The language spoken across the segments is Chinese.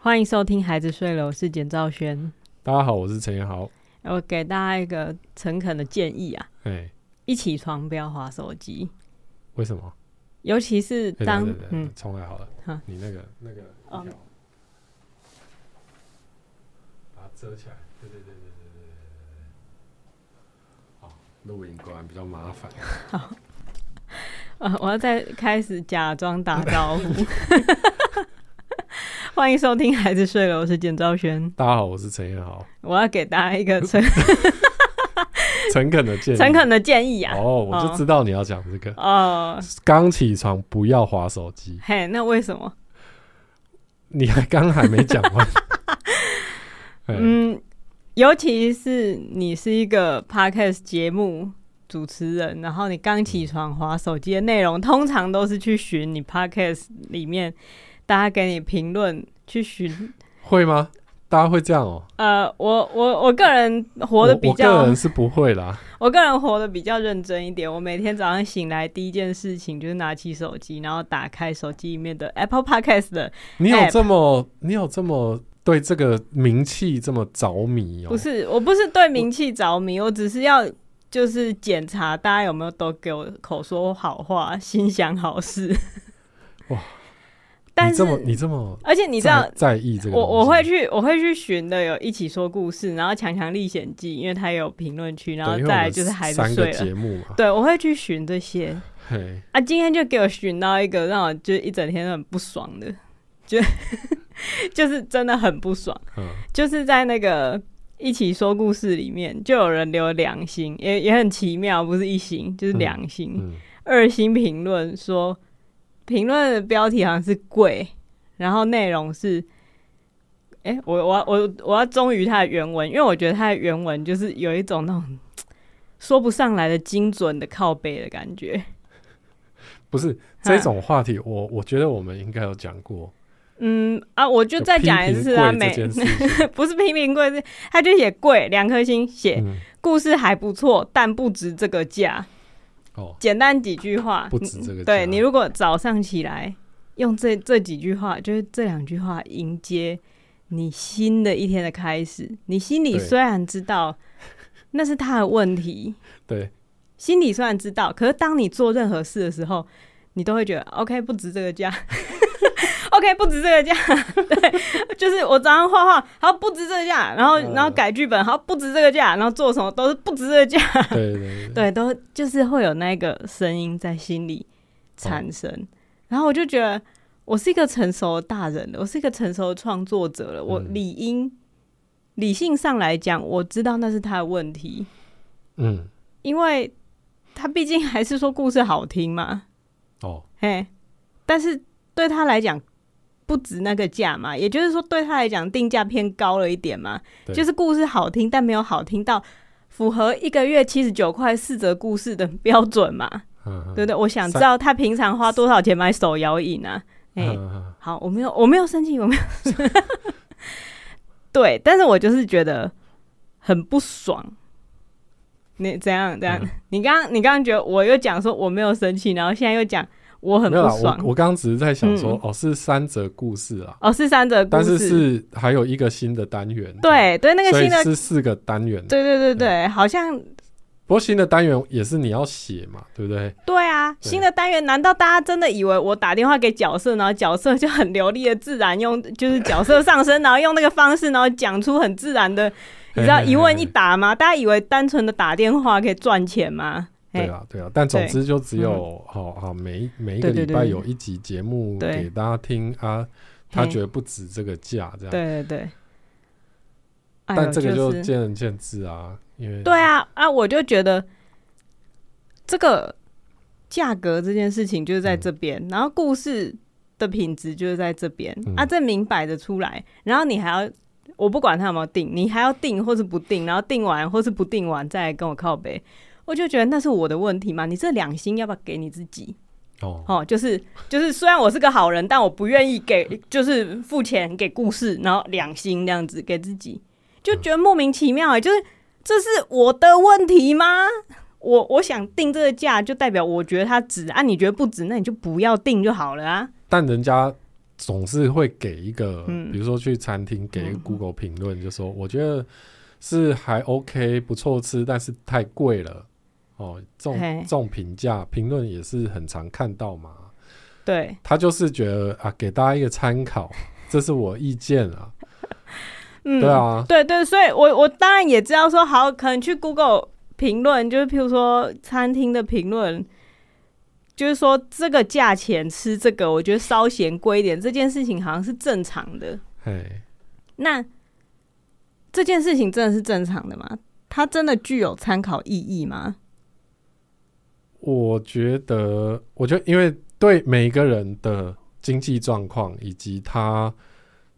欢迎收听《孩子睡了》，我是简兆轩。呃大家好，我是陈彦豪。我给大家一个诚恳的建议啊，哎，一起床不要划手机，为什么？尤其是哎当等等等嗯等重来好了。好你那个那个哦一条，把它遮起来。对对对对对对对对对。好，录影果然比较麻烦。呃，我要再开始假装打招呼。欢迎收听《孩子睡了》，我是简兆轩。大家好，我是陈彦豪，我要给大家一个诚诚恳的建 议。诚恳的建议啊。哦，我就知道你要讲这个。哦，刚起床不要划手机，嘿，那为什么？你还刚还没讲 完。哎嗯，尤其是你是一个 podcast 节目主持人，然后你刚起床划手机的内容，通常都是去寻你 podcast 里面大家给你评论去寻。 会吗？大家会这样哦、呃，我我我个人活得比我，我较，个人是不会啦。我个人活得比较认真一点。我每天早上醒来第一件事情就是拿起手机，然后打开手机里面的 Apple Podcast 的，你有 App 这么你有这么对这个名气这么着迷哦、不是，我不是对名气着迷，我只是要就是检查大家有没有都给我口说好话，心想好事。哇！ 但你这么是，你这么而且你知道在，在意这个我东西我会去我会去寻的，有一起说故事，然后《强强历险记》，因为它有评论区，然后对因为再我来们就是孩子三睡个了。节目嘛，对，我会去寻这些嘿，啊。今天就给我寻到一个让我就一整天都很不爽的，就 就是真的很不爽。嗯，就是在那个一起说故事里面，就有人留两星，也也很奇妙，不是一星就是两星、嗯二星评论说，评论的标题好像是贵，然后内容是。哎、我我要我我要忠于他的原文，因为我觉得他的原文就是有一种那种说不上来的精准的靠背的感觉。不是这种话题，我我觉得我们应该有讲过，嗯啊，我就再讲一次啊，有批每评贵这件事情 不是批评贵，是他就写贵两颗星，写、嗯，故事还不错，但不值这个价。哦，简单几句话，不止这个价，对你如果早上起来用这这几句话，就是这两句话迎接你新的一天的开始，你心里对虽然知道那是他的问题， 对心里虽然知道，可是当你做任何事的时候，你都会觉得 OK 不值这个价 ，OK 不值这个价， 对，就是我早上画画，好不值这个价，然后嗯然后改剧本，好不值这个价，然后做什么都是不值这个价。对对对， 对，都就是会有那个声音在心里哦产生。然后我就觉得，我是一个成熟的大人了，我是一个成熟的创作者了，我嗯理应、理性上来讲，我知道那是他的问题，嗯，因为他毕竟还是说故事好听嘛，哦，嘿，但是对他来讲。不值那个价嘛，也就是说对他来讲定价偏高了一点嘛，对就是故事好听，但没有好听到符合一个月七十九块四折故事的标准嘛。嗯，嗯对对，我想知三道他平常花多少钱买手摇椅 呢、哎、嗯嗯好，我没有，我没有生气，我没有。 对，但是我就是觉得很不爽。你怎样怎样？嗯你刚刚你刚刚觉得我又讲说我没有生气，然后现在又讲我很嗯没有不啦，爽我。我刚刚只是在想说嗯，哦，是三则故事啊，哦，是三者故但是事，是还有一个新的单元，对对，那个所以新的，是嗯四个单元。对对对对，好像不过新的单元也是你要写嘛，对不对？对啊，对新的单元，难道大家真的以为我打电话给角色，然后角色就很流利的自然用，就是角色上身，然后用那个方式，然后讲出很自然的， 你知道嘿嘿嘿一问一答吗？大家以为单纯的打电话可以赚钱吗？对哎，嗯啊，对啊。但总之就只有好好每一每一个对对礼对拜对有一集节目对给大家听啊，他嘿觉得不值这个价这对样。对对，哎呦但这个就是见仁见智啊，因为对啊啊！我就觉得这个价格这件事情就是在这边，然后故事的品质就是在这边、嗯啊，这明摆着出来，然后你还要。我不管他有没有定，你还要定或是不定，然后定完或是不定完再来跟我靠背，我就觉得那是我的问题嘛。你这两星要不要给你自己？哦，哦，就是就是，虽然我是个好人，但我不愿意给，就是付钱给故事，然后两星这样子给自己，就觉得莫名其妙、欸，就是这是我的问题吗？我我想定这个价，就代表我觉得它值啊，你觉得不值，那你就不要定就好了啊。但人家总是会给一个，嗯比如说去餐厅给一个嗯 Google 评论，就说我觉得是还 OK 不错吃，但是太贵了。哦，这种嘿这种评价评论也是很常看到嘛。对，他就是觉得啊，给大家一个 参考，这是我意见啊。嗯，对啊，对对，所以我我当然也知道说，好，可能去 Google 评论，就是譬如说餐厅的评论，就是说这个价钱吃这个，我觉得稍嫌贵一点，这件事情好像是正常的。嘿，那这件事情真的是正常的吗？它真的具有参考意义吗？我觉得，我觉得，因为对每一个人的经济状况以及他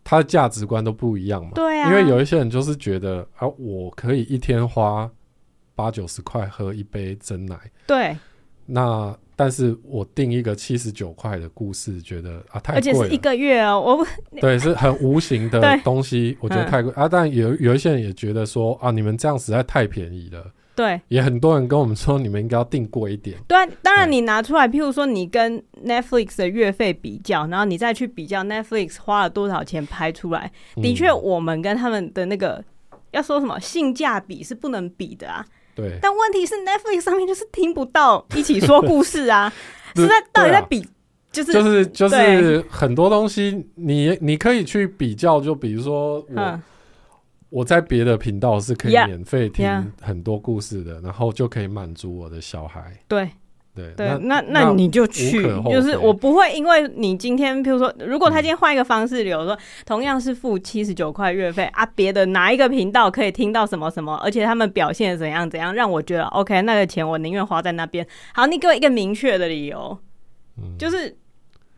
他的价值观都不一样嘛。对啊，因为有一些人就是觉得啊，我可以一天花八九十块喝一杯真奶，对，那但是我订一个七十九块的故事，觉得啊太而且贵是一了，个月哦，我对，是很无形的 对东西，我觉得嗯太贵、啊。但有有一些人也觉得说啊，你们这样实在太便宜了，对也很多人跟我们说你们应该要订贵一点。对啊，当然对你拿出来，譬如说你跟 Netflix 的月费比较，然后你再去比较 Netflix 花了多少钱拍出来，嗯 的确，我们跟他们的那个要说什么性价比是不能比的啊。对，但问题是 Netflix 上面就是听不到一起说故事 啊，对是在到底对啊在比，就是就是就是对很多东西你你可以去比较，就比如说我嗯，我在别的频道是可以 Yeah，免费听 yeah 很多故事的，然后就可以满足我的小孩。对对，对，嗯那那那你就去无可，厚非嗯就是我不会因为你今天，譬如说，如果他今天换一个方式，比如说同样是付七十九块月费啊，别的哪一个频道可以听到什么什么，而且他们表现得怎样怎样，让我觉得 OK，那个钱我宁愿花在那边。好，你给我一个明确的理由，嗯就是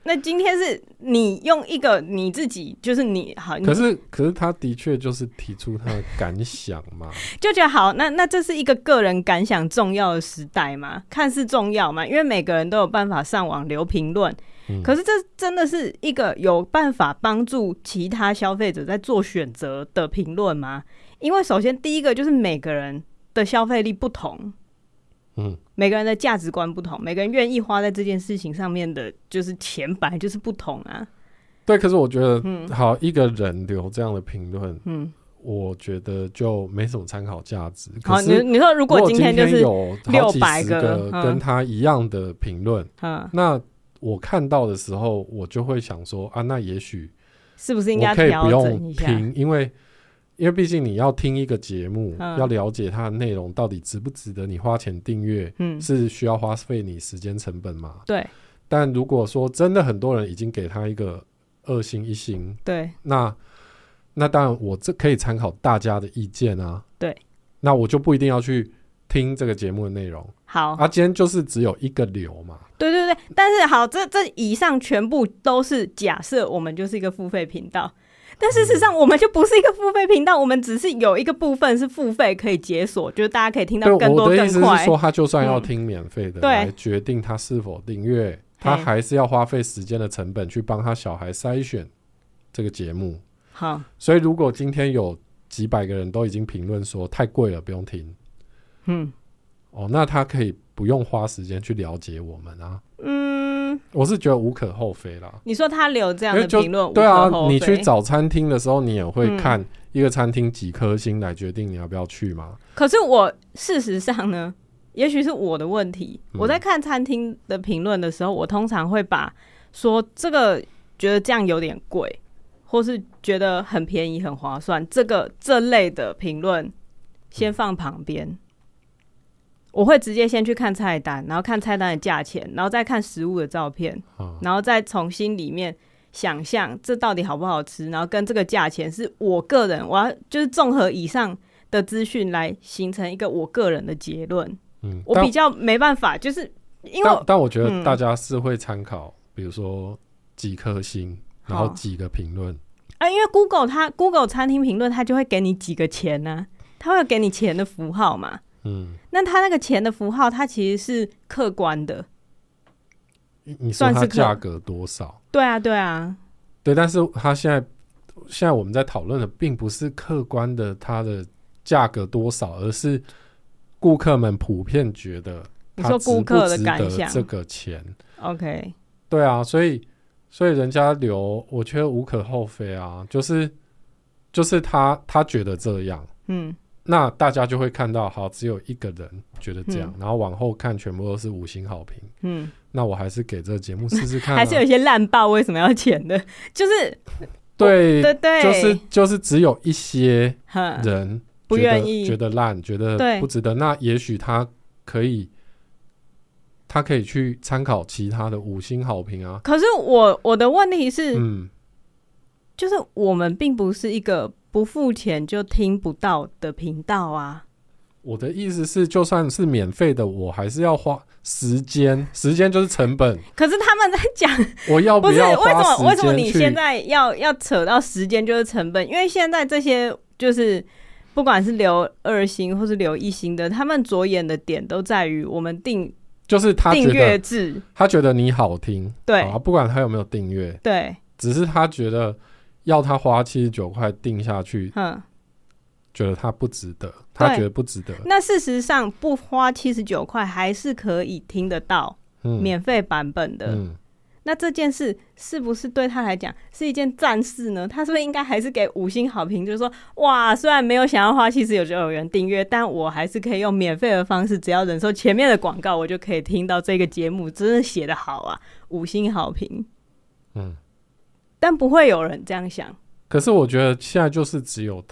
那今天是你用一个你自己，就是你好，你可是可是他的确就是提出他的感想 嘛，就觉得好，那那这是一个个人感想重要的时代嘛，看似重要嘛，因为每个人都有办法上网留评论，嗯可是这真的是一个有办法帮助其他消费者在做选择的评论吗？因为首先第一个就是每个人的消费力不同，嗯，每个人的价值观不同，每个人愿意花在这件事情上面的，就是钱本来就是不同啊，对。可是我觉得，嗯好一个人留这样的评论，嗯，我觉得就没什么参考价值。好，可你是你说如如果今天就是有好几600十个嗯跟他一样的评论，嗯，那我看到的时候，我就会想说啊，那也许。是不是应该我可以调不整用一下？听，因为因为毕竟你要听一个节目，嗯要了解它的内容到底值不值得你花钱订阅，嗯，是需要花费你时间成本嘛？对但如果说真的很多人已经给他一个二星一星，对，那那当然我这可以参考大家的意见啊。对，那我就不一定要去听这个节目的内容。好，啊，今天就是只有一个流嘛，对对对，但是好，这这以上全部都是假设，我们就是一个付费频道。但事实上，我们就不是一个付费频道，我们只是有一个部分是付费可以解锁，就是大家可以听对，到更我多的意更思是快。嗯说，他就算要听免费的，对来决定他是否订阅，他还是要花费时间的成本去帮他小孩筛选这个节目。好，所以，如果今天有几百个人都已经评论说太贵了，不用听，嗯哦，那他可以不用花时间去了解我们啊。嗯，我是觉得无可厚非啦。你说他留这样因的为就评论，对啊无可，厚你非去找餐厅的时候，你也会嗯看一个餐厅几颗星来决定你要不要去嘛。可是我事实上呢， 也许是我的问题。嗯我在看餐厅的评论的时候，我通常会把说这个觉得这样有点贵，或是觉得很便宜很划算，这个这类的评论先放旁边。我会直接先去看菜单，然后看菜单的价钱，然后再看食物的照片，啊、然后再从心里面想象这到底好不好吃，然后跟这个价钱是我个人，我要就是综合以上的资讯来形成一个我个人的结论。嗯，我但比较没办法，就是因为但但我觉得嗯大家是会参考，比如说几颗哦星，然后好几个评论，啊，因为 Google 它 Google 餐厅评论它就会给你几个钱呢、它会有给你钱的符号嘛。嗯，那它那个钱的符号，它其实是客观的。你你说算它是可价格多少？对啊，对啊，对，但是它现在现在我们在讨论的并不是客观的它的价格多少，而是顾客们普遍觉得你它说值顾不客的值感得想这个钱。 ，OK，对啊，所以所以人家留，我觉得无可厚非啊，就是就是他他觉得这样，嗯，那大家就会看到，好，只有一个人觉得这样，然后往后看全部都是五星好评，嗯，那我还是给这个节目试试看、啊，还是有一些烂爆为什么要钱的，就是对对对，就是就是只有一些哼人呃不觉得愿意觉得烂，觉得对不值得。那也许他可以，他可以去参考其他的五星好评啊。可是我我的问题是，嗯，就是我们并不是一个不付钱就听不到的频道啊。我的意思是，就算是免费的，我还是要花时间，时间就是 成本。可是他们在讲，我要不是哦要为什花时么？为什么间你去现在要要扯到时间就是成本？因为现在这些就是不管是留二星或是留一星的，他们着眼的点都在于我们订就是他觉订阅得制，他觉得你好听，对啊，不管他有没有订阅，对，只是他觉得要他花七十九块订下去，嗯。觉得他不值得，他对觉得不值得。那事实上不花七十九块还是可以听得到嗯，免费版本的。嗯，那这件事是不是对他来讲是一件战事呢？他是不是应该还是给五星好评？就是说，哇，虽然没有想要花七十九九元订阅，但我还是可以用免费的方式，只要忍受前面的广告，我就可以听到这个节目，真的写得好啊，五星好评。嗯，但不会有人这样想，可是我觉得现在就是只有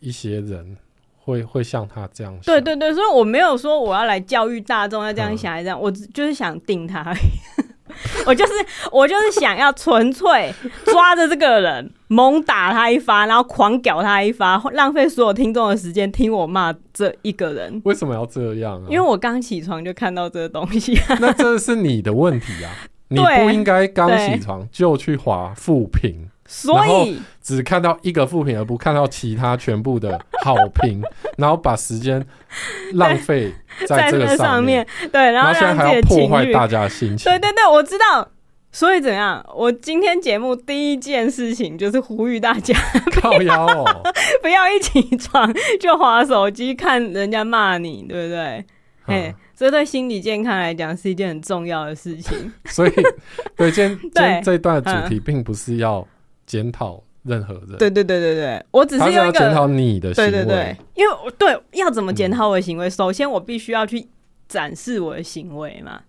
一些人会会像他这样想，对对对，所以我没有说我要来教育大众要这样想，这嗯样，我只就是想定他而已， 我就是我就是想要纯粹抓着这个人猛打他一发，然后狂屌他一发，浪费所有听众的时间听我骂这一个人。为什么要这样啊？因为我刚起床就看到这个东西， 那这是你的问 题啊，你对不应该刚对起床就去划复评，所以只看到一个复评而不看到其他全部的好 评，然后把时间浪费在这个个上面，对，然然后后现在让自还己要的破情坏绪，大家的心情。对对对，我知道。所以怎样？我今天节目第一件事情就是呼吁大家靠腰哦， 不要一起床就划手机看人家骂你，对不对？哎、嗯这对心理健康来讲是一件很重要的事情。所以对 今天今天对嗯这一段的主题并不是要检讨任何人，对对对对对，我只他是是用一要检个讨你的行对对为。对，因为我对要怎么检讨我的行为，首先我必须要去展示我的行为嘛，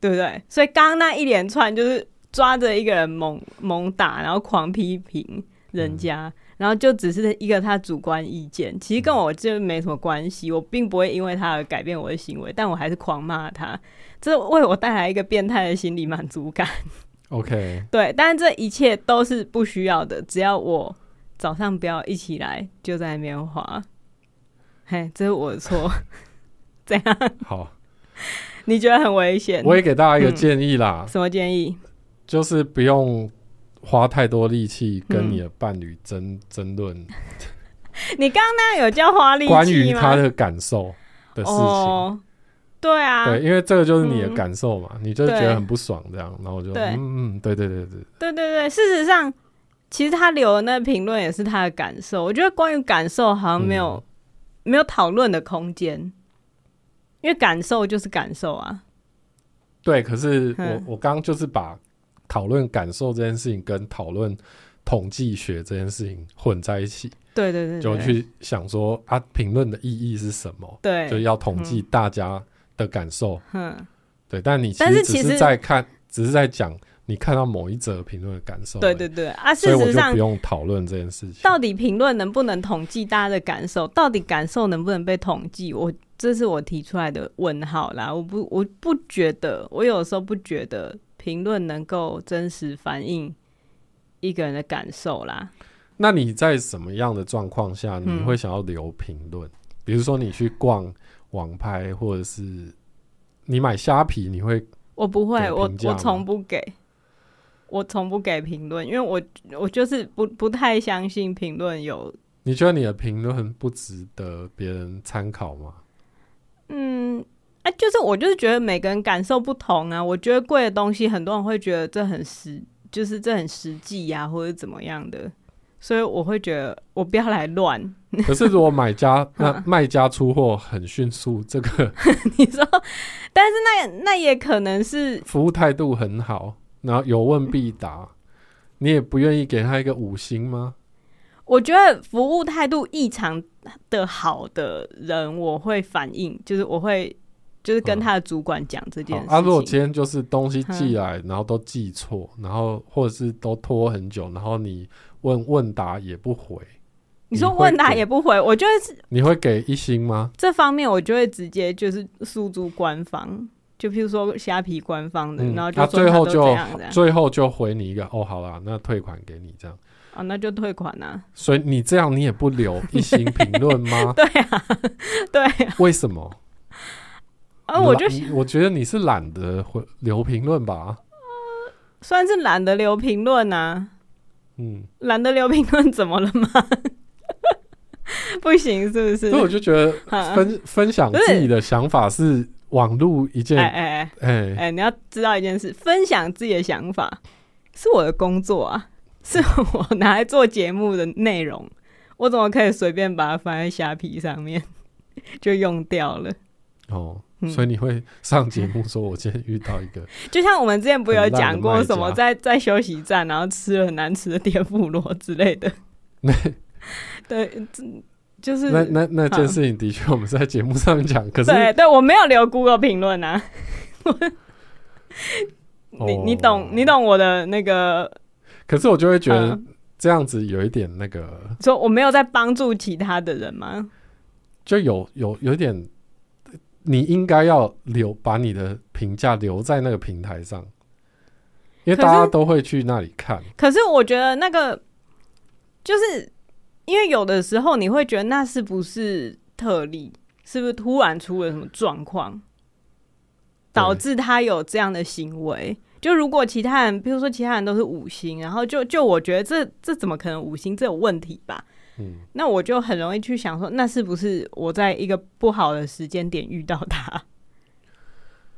对不对？所以刚刚那一连串就是抓着一个人猛猛打，然后狂批评人家。嗯然后就只是一个他主观意见，其实跟我这没什么关系，我并不会因为他而改变我的行为，但我还是狂骂他，这为我带来一个变态的心理满足感。 OK，对，但这一切都是不需要的，只要我早上不要一起来，就在那边滑。嘿，这是我的错。 怎样？好，你觉得很危险？我也给大家一个建议啦，什么建议？就是不用花太多力气跟嗯你的伴侣争争论你刚刚那有叫花力气吗？关于他的感受的事情。哦，对啊，对，因为这个就是你的嗯感受嘛，你就觉得对很不爽这样，然后我就对嗯，嗯对对对对，对对对，事实上，其实他留的那评论也是他的感受。我觉得关于感受好像没有、嗯没有讨论的空间，因为感受就是感受啊。对，可是我、嗯我刚刚就是把讨论感受这件事情跟讨论统计学这件事情混在一起，对对对就对去想说啊，评论的意义是什么？对，就要统计大家的感受。哎嗯，对，但你其但实是只其是实在看，只是在讲你看到某一则评论的感受。对对，对啊。所以事我实就上不，用讨论这件事情。到底评论能不能统计大家的感受？到底感受能不能被统计？我这是我提出来的问号啦。我不，我不觉得，我有时候不觉得评论能够真实反映一个人的感受啦。那你在什么样的状况下你嗯会想要留评论？比如说你去逛网拍，或者是你买虾皮，你会我不会给，我评价我吗从不给，我从不给评论，因为我我就是不不太相信评论有，你觉得你的评论不值得别人参考 吗？嗯，啊，就是我就是觉得每个人感受不同啊，我觉得贵的东西，很多人会觉得这很实，就是这很实际呀、或者怎么样的，所以我会觉得我不要来乱。 可是如果买家那卖家出货很迅速，这个你说，但是那那也可能是服务态度很好，然后有问必嗯答，你也不愿意给他一个五星吗？我觉得服务态度异常的好的人，我会反应，就是我会就是跟他的主管讲这件事，嗯好情。嗯啊，如果今天就是东西寄来，然后都寄错，然后或者是都拖很久，然后你问问答也不回，你说问你答会给也不回，我觉得是你会给一星吗？这方面我就会直接就是诉诸官方，就譬如说虾皮官方的，嗯然后啊就说最他后都就这样的，最后就回你一个哦，好啦，那退款给你这样。啊，那就退款啊。 所以你这样你也不留一星评论吗？对啊， 对啊，为什么？啊你我懒就你我觉得你是懒得回留评论吧。算是懒得留评论啊，嗯，懒得留评论怎么了吗？ 不行是不是 所以？我就觉 得啊分分享不是自己的想法是网络一件哎哎哎哎、哎，你要知道一件事，分享自己的想法是我的工作啊，是我拿来做节目的内容，我怎么可以随便把它放在虾皮上面 就用掉了？哦，嗯所以你会上节目说，我今天遇到一个，就像我们之前不有讲过什么很烂的在卖家在休息站，然后吃了很难吃的天妇罗之类 的，对，这就是那那那件事情的确我们是在节目上讲，可是对对，我没有留 Google 评论啊。你你懂哦你懂我的那个，可是我就会觉得嗯这样子有一点那个，说我没有在帮助其他的人吗？就有有有点，你应该要留把你的评价留在那个平台上，因为可是大家都会去那里看。可是我觉得那个，就是因为有的时候你会觉得那是不是特例，是不是突然出了什么状况，导致他有这样的行为？就如果其他人，比如说其他人都是五星，然后就就我觉得这这怎么可能五星？这有问题吧？嗯，那我就很容易去想说，那是不是我在一个不好的时间点遇到他？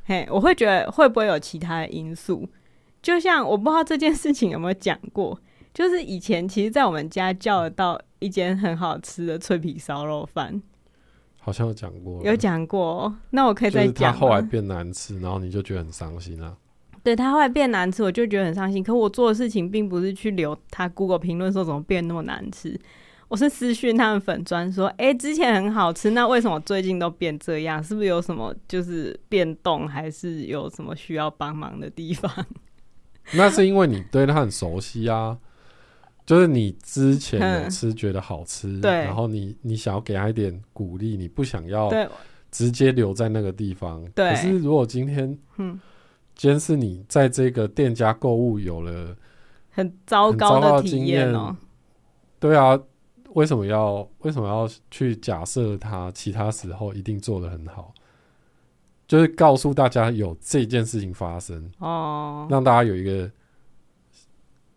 嘿，我会觉得会不会有其他的因素？就像我不知道这件事情有没有讲过， 就是以前其实，在我们家叫得到一间很好吃的脆皮烧肉饭，好像有讲过了，有讲过哦、那我可以就再是它讲吗。后来变难吃，然后你就觉得很伤心啊。对它后来变难吃，我就觉得很伤心。可我做的事情并不是去留他 Google 评论说怎么变那么难吃，我是私讯他们粉砖说，哎、之前很好吃，那为什么最近都变这样？是不是有什么就是变动，还是有什么需要帮忙的地方？ 那是因为你对它很熟悉啊，就是你之前有嗯吃觉得好吃，对然后你你想要给他一点鼓励，你不想 要对，直接留在那个地方。对可是如果今天，嗯，今天是你在这个店家购物有了，很糟糕的体验哦、对啊，为什么要为什么要去假设他其他时候一定做得很好？就是告诉大家有这件事情发生，哦，让大家有一个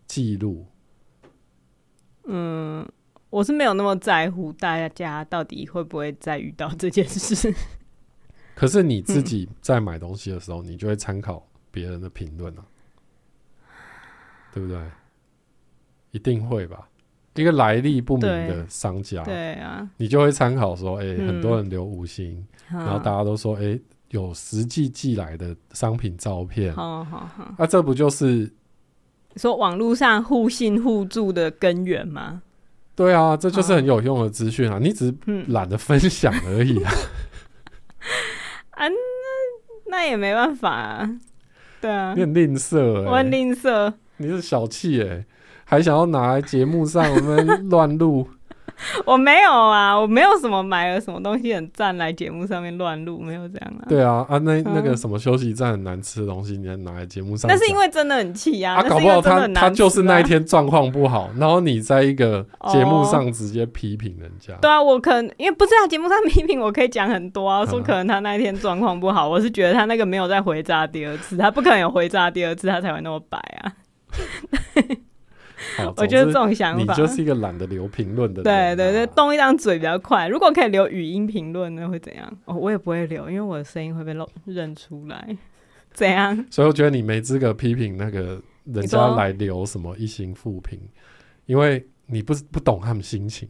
记录。嗯，我是没有那么在乎大家到底会不会再遇到这件 事。可是你自己嗯在买东西的时候，你就会参考别人的评论啊，对不对？一定会吧？一个来历不明的商家，对啊，你就会参考说，哎、嗯啊很多人留五星，然然后大家都说，哎、有实际寄来的商品照片，那、好好好。这不就是说网络上互信互助的根源吗？对啊？这就是很有用的资讯啊！你只嗯是懒得分享而已 啊。啊那也没办法、啊，对啊你，很吝啬、我哎很吝啬，你是小气哎、还想要拿来节目上我们乱录。我没有啊，我没有什么买了什么东西很赞来节目上面乱录，没有这样啊。，对啊，啊那那个嗯什么休息站很难吃的东西，你还拿来节目上讲，那是因为真的很气啊，啊，那搞是因不为好真的他很难吃啊他就是那一。天状况不好，然后你在一个节目上直接批评人家，哦对啊，我可能因为不是啊，节目上批评我可以讲很多啊，嗯说可能他那一天状况不好，我是觉得他那个没有再回炸第二次，他不可能有回炸第二次，他才会那么白啊。好，我觉得这总之种想你法，就是一个懒得留评论的人啊、对对对，动一张嘴比较快。如果可以留语音评论，那会怎样？哦，我也不会留，因为我的声音会被漏认出来。 怎样？所以我觉得你没资格批评那个人你家说来留什么一星负评，因为你不不懂他们心情，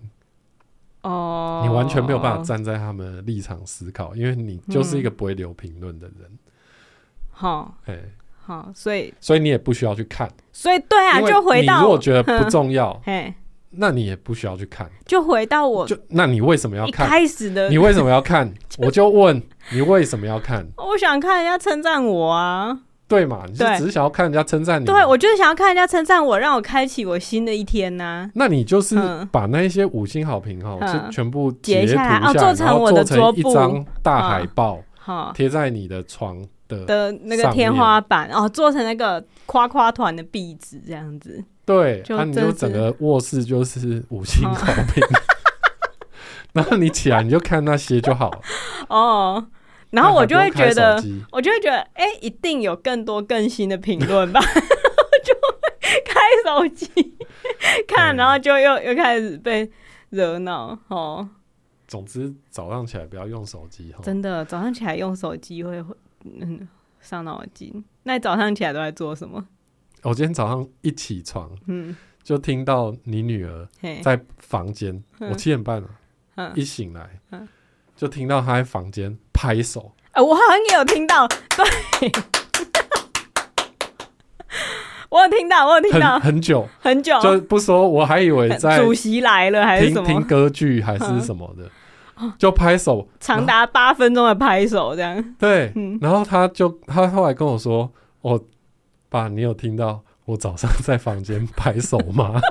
哦，你完全没有办法。站在他们的立场思考，因为你就是一个不会留评论的人，好哎、好，所以所以你也不需要去看。所以对啊，因为就回你如到，果觉得不重要嗯嘿，那你也不需要去看。就回到我就那你为什么要一看？哦开始的你，为什么要 看？我就问你为什么要看？我想看人家称赞我啊，对嘛？你就对只是想要看人家称赞你嘛。对我就是想要看人家称赞我，让我开启我新的一天呐、那你就是嗯把那一些五星好评哈，嗯就全部截图下来下哦做成然后我的做成一桌布嗯张大海报，好贴在你的床的。的那个上天面花板哦，做成那个夸夸团的壁纸这样子，对，就啊，你真就是整个卧室就是五星好评，嗯 然后你起来你就看那些就好了。哦， 然后我就会觉那还得不用开手，机我就会觉得，哎、一定有更多更新的评论 吧，然后就会开手机看，嗯然后就又又开始被惹恼哦。总之早上起来不要用手机哈。真的，早上起来用手机会会嗯伤脑筋。那你早上起来都在做什么？我今天早上一起床嗯，就听到你女儿嘿，在房间，嗯我七点半了，嗯，一醒来嗯就听到她在房间拍手。哎、我好像也有听到，对， 我有听到，我有听到很，很久，很久，就不说，我还以为在哦主席来了还是什听听么，嗯歌剧还是什么的，就拍手。长达八分钟的拍手这样。对嗯，然后他就他后来跟我说：“哦，爸，你有听到我早上在房间拍手吗？”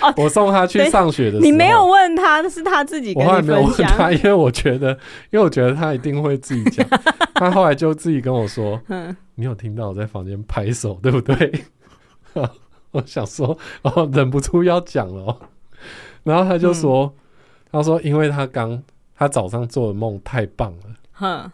哦我送他去上学的时候，你没有问他，是他自己我跟后来你没有分问他，享。因为我觉得，因为我觉得他一定会自己讲。他后来就自己跟我说 嗯，：“你有听到我在房间拍手，对不对？” 我想说，哦，忍不住要讲了、哦。然后他就说：“嗯他说，因为他刚他早上做的梦太棒了，哼，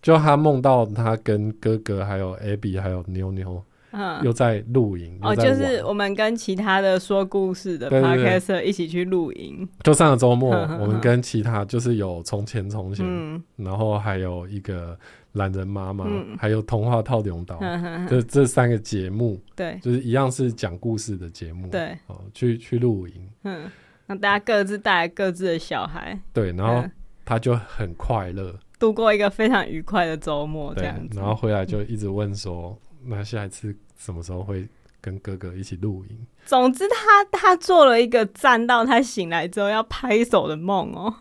就他梦到他跟哥哥还有 Abby 还有妞妞、嗯，又在露营，哦，又在就是玩我们跟其他的说故事的对对对 podcaster 一起去露营。就上个周末，哼哼我们跟其他就是有从前从前。”嗯，然后还有一个懒人妈妈，嗯还有童话套用岛，哼哼哼这这三个节目对就是一样是讲故事的节目，，嗯对，哦，去去露营，嗯，那大家各自带来各自的小孩，对，然后嗯他就很快乐，度过一个非常愉快的周末，哦这对样，子。嗯然后回来就一直问说，那下一次什么时候会跟哥哥一起露营？总之他，他做了一个站到他醒来之后要拍手的梦哦。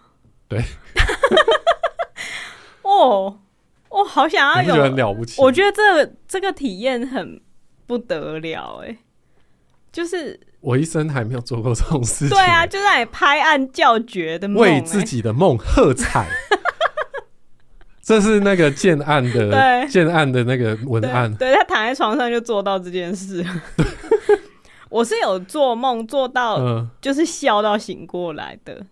对， 哦，我好想要你不觉有得很了不起？哎我觉得这个这个体验很不得了哎、就是我一生还没有做过这种事情，对啊，就让你拍案叫绝的梦、为欸，自己的梦 喝彩。这是那个建案的对建案的那个文对案，对他躺在床上就做到这件事。 我是有做梦做到，嗯，就是笑到醒过来的，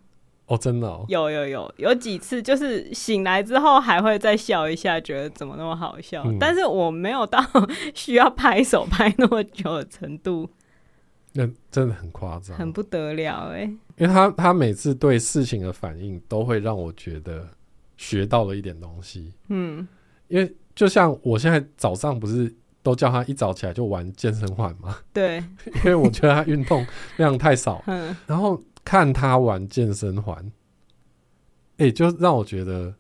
哦，真的哦，有有有有几次，就是醒来之后还会再笑一下，觉得怎么那么好笑，嗯但是我没有到 需要拍手拍那么久的程度，那真的很夸张，很不得了哎、因为他他每次对事情的反应都会让我觉得学到了一点东西。嗯因为就像我现在早上不是都叫他一早起来就玩健身环嘛，对， 因为我觉得他运动量太少，嗯然后看他玩健身环，哎、就让我觉得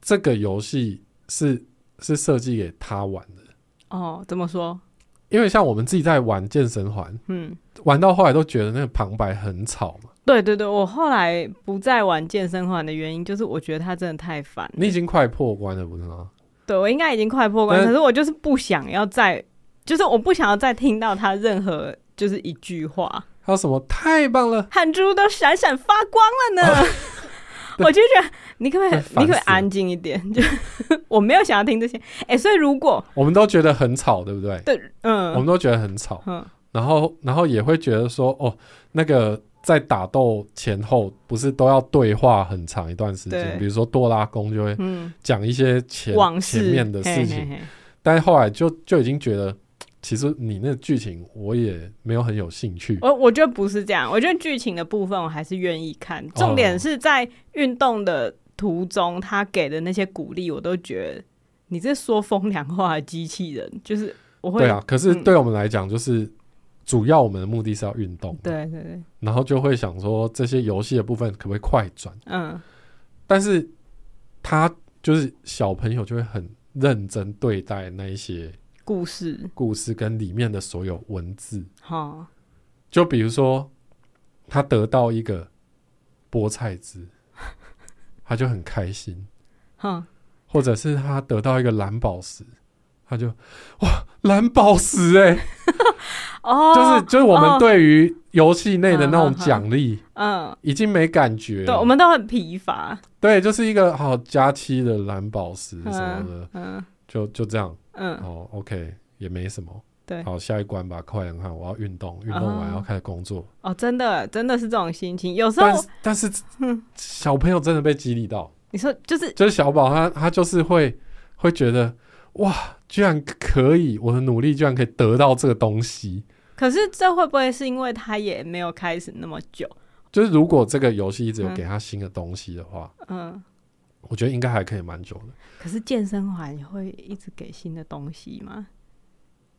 这个游戏是是设计给他玩的。哦，怎么说？因为像我们自己在玩健身环，嗯，玩到后来都觉得那个旁白很吵嘛，对对对，我后来不再玩健身环的原因就是我觉得它真的太烦了。你已经快破关了，不是吗？对我应该已经快破关，但可是我就是不想要再，就是我不想要再听到他任何就是一句话，还有什么太棒了，汗珠都闪闪发光了 呢。我就觉得你可不可以啊真，你可烦不可以死了安静一点？ 就我没有想要听这些。哎、所以如果我们都觉得很吵，对不对？对，我们嗯都觉得很吵，嗯，然后然后也会觉得说，哦，那个在打斗前后不是都要对话很长一段时间，对比如说多拉宫就会嗯，讲一些前往前事面的事嘿嘿情，嘿但后来就就已经觉得，其实你那个剧情我也没有很有兴趣。我我觉得不是这样，我觉得剧情的部分我还是愿意哦看，重点是在运动的途中，他给的那些鼓励，我都觉得你这说风凉话的机器人，就是我会对啊，可是嗯对我们来讲，就是主要我们的目的是要运动，，对对对，然后就会想说这些游戏的部分可不可以快转？嗯，但是他就是小朋友就会很认真对待那一些故事故事跟里面的所有文字。哈，就比如说，他得到一个菠菜汁，他就很开心；哈，或者是他得到一个蓝宝石，他就哇，蓝宝石哎、哦，就是就是我们哦对于游戏内的那种嗯嗯嗯奖励嗯，已经没感觉对，我了。们都很疲乏，对，就是一个好假期的蓝宝石什么的嗯，嗯就就这样。嗯，哦，OK，也没什么。对好，下一关吧，快点看，我要运动，运动啊完要开始工作。哦，真的真的是这种心情，有时候但是但是 嗯小朋友真的被激励到，你说就是就是小宝他他就是会会觉得哇，居然可以，我的努力居然可以得到这个东西。可是这会不会是因为他也没有开始那么久？就是如果这个游戏一直有嗯给他新的东西的话，嗯，我觉得应该还可以蛮久的。可是健身环会一直给新的东西吗？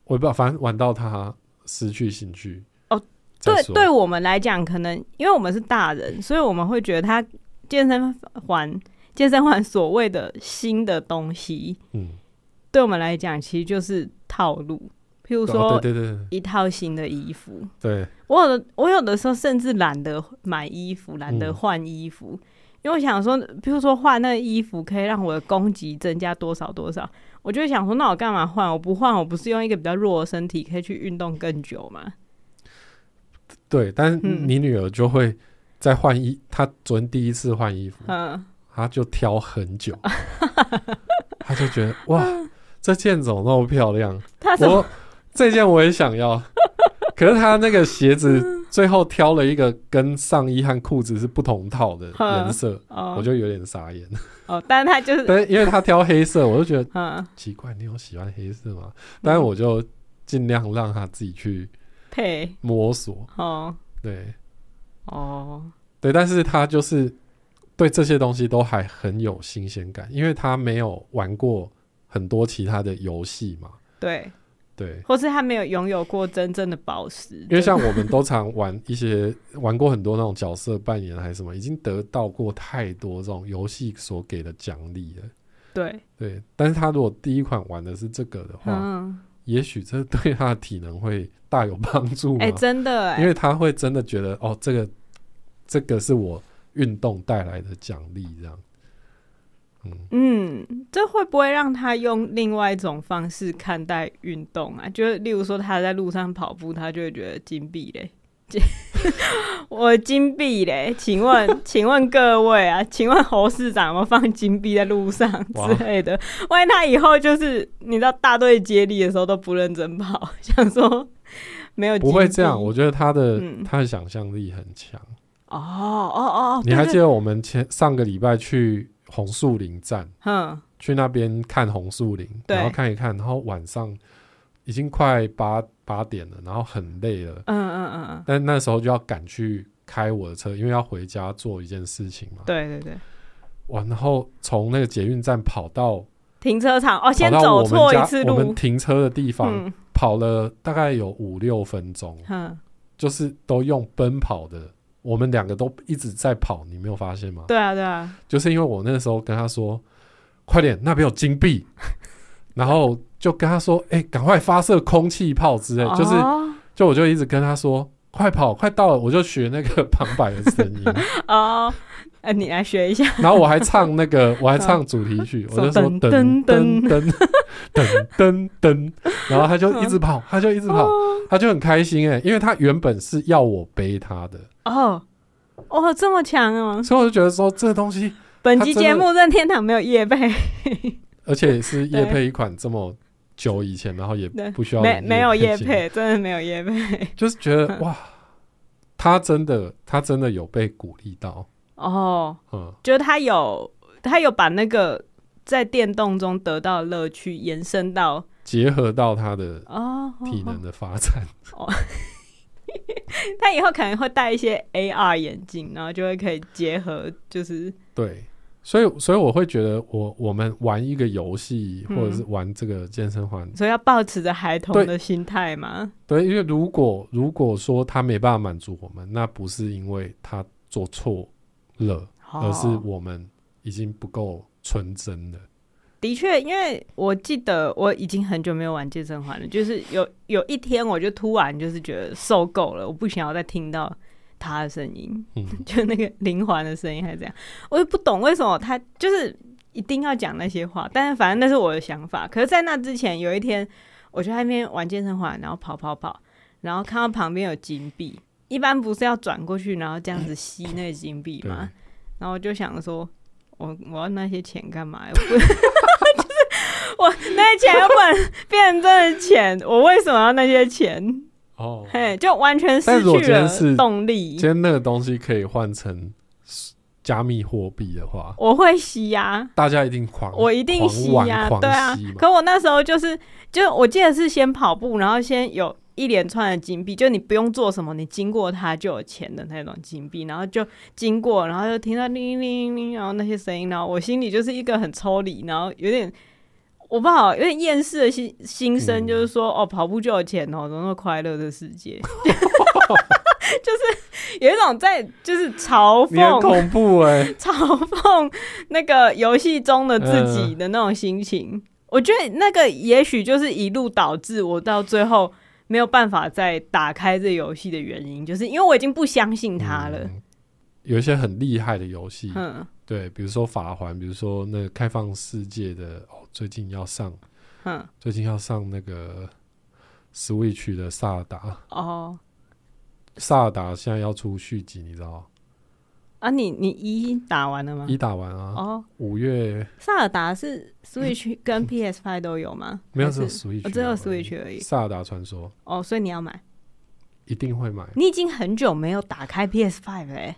我也不知道，反正玩到他失去兴趣。哦，对，对，我们来讲，可能因为我们是大人，所以我们会觉得他健身环、健身环所谓的新的东西，嗯，对我们来讲其实就是套路。譬如哦说对对对对一套新的衣服，对，我有的我有的时候甚至懒得买衣服，懒得嗯换衣服，因为我想说，譬如说换那个衣服可以让我的供给增加多少多少，我就会想说，那我干嘛换？我不换，我不是用一个比较弱的身体可以去运动更久吗？对，但是嗯你女儿就会在换衣，她昨天第一次换衣服，嗯，她就挑很 久，她就觉得哇，这件怎么那么漂亮？他啊怎么我这件我也想要，可是她那个鞋子最后挑了一个跟上衣和裤子是不同套 的颜色，我哦就有点傻眼。哦，但是他就是但因为她挑黑色，我就觉得嗯奇怪，你有喜欢黑色吗？但是我就尽量让她自己去配摸索，哦对。哦对，但是他就是对这些东西都还很有新鲜感，因为他没有玩过很多其他的游戏嘛。对，对，或是他没有拥有过真正的宝石，因为像就我们都常玩一些玩过很多那种角色扮演还是什么，已经得到过太多这种游戏所给的奖励了。对对，但是他如果第一款玩的是这个的话，嗯也许这对他的体能会大有帮助嘛，哎、真的哎、啊因为他会真的觉得哦，这个这个是我运动带来的奖励，这样。嗯，嗯，这会不会让他用另外一种方式看待运动啊？就是例如说他在路上跑步，他就会觉得金币嘞，金 我金币嘞？请问，请问各位啊，请问侯市长有没有放金币在路上哇之类的？万一他以后就是你知道大队接力的时候都不认真跑， 想说没 有不会金币这样，我觉得他的、嗯他的想象力很强。哦哦哦，你还记得？得我们前上个礼拜去红树林站，嗯去那边看红树林，对然后看一看，然后晚上已经快八八点了，然后很累了，嗯嗯嗯嗯，但那时候就要赶去开我的车，因为要回家做一件事情嘛。对对对，哇，然后从那个捷运站跑到停车场哦，跑先到走我错们一家次我们路，停车的地方，嗯跑了大概有五六分钟，哼。就是都用奔跑的。我们两个都一直在跑，你没有发现吗？对啊，对啊，就是因为我那时候跟他说，快点，那边有金 币，然后就跟他说，哎、赶快发射空气炮之类，就是哦就我就一直跟他说，快跑，快到了，我就学那个旁白的声 音，哦，呃，你来学一下，然后我还唱那个，我还唱主题曲，我就说噔噔噔嗯噔噔嗯噔噔噔，然后他就一直跑，他就一直跑，他就很开心哎、因为他原本是要我背他的，哦，哦，这么强 哦！所以我就觉得说这个东西，本他期真节的目任天堂没有夜配， 而且是对叶配一款这么。久以前，然后也对不需要没没有业夜配。配，嗯真的没有夜配。就是觉得哇，他真的，他真的有被鼓励到，哦，嗯，就是他有他有把那个在电动中得到的乐趣延伸到结合到他的哦，哦体哦能的发展，他以后可能会戴一些 AR 眼镜，然后就会可以结合，就是对，所以所以我会觉得我，我们玩一个游戏，嗯或者是玩这个健身环，所以要保持着孩童对的心态嘛。对，因为如果如果说他没办法满足我们，那不是因为他做错了，而是哦我们已经不够纯真了。的确，因为我记得我已经很久没有玩健身环了，就是有有一天我就突然就是觉得受够了，我不想要再听到他的声音，嗯，就那个 灵环的声音还是这样，我也不懂为什么他就是一定要讲那些话，但是反正那是我的想法。可是，在那之前有一天，我去那边玩健身环，然后跑跑跑，然后看到旁边有金币，一般不是要转过去，然后这样子吸那个金币对，吗？然后我就想说，我我要那些钱干嘛？我不就是 我那些钱要不然变成真的钱，我为什么要那些钱？哦，嘿，就完全但失是我去觉得了是动力今。天那个东西可以换成加密货币的话，我会吸啊呀、大家一定狂，我一定吸狂呀、玩狂对啊吸。嘛可我那时候就是，就我记得是先跑步，然后先有一连串的金币，就你不用做什么，你经过它就有钱的那种金币，然后就经过，然后就听到铃铃铃铃，然后那些声音，然后我心里就是一个很抽离，然后有点。我不好，有点厌世的心心声，嗯就是说，哦，跑步就有钱哦，怎么那么快乐的世界， 就是有一种在就是嘲你很讽，恐怖哎、 嘲讽那个游戏中的自己的那种心情。我觉得那个也许就是一路导致我到最后没有办法再打开这游戏的原因，就是因为我已经不相信他了。嗯有一些很厉害的游戏，嗯对，比如说法环，比如说那个开放世界的，哦，最近要上，嗯，最近要上那个 Switch 的萨尔达，哦萨尔达现在要出续集，你知道吗？啊，你你一打完了吗？一打完啊，哦，五月萨尔达是 Switch 跟 PS Five 都有吗？没有还只是哦有 Switch，我只有而已 Switch 而已。萨尔达传说哦，所以你要买。一定会买，你已经很久没有打开 PS Five 了欸、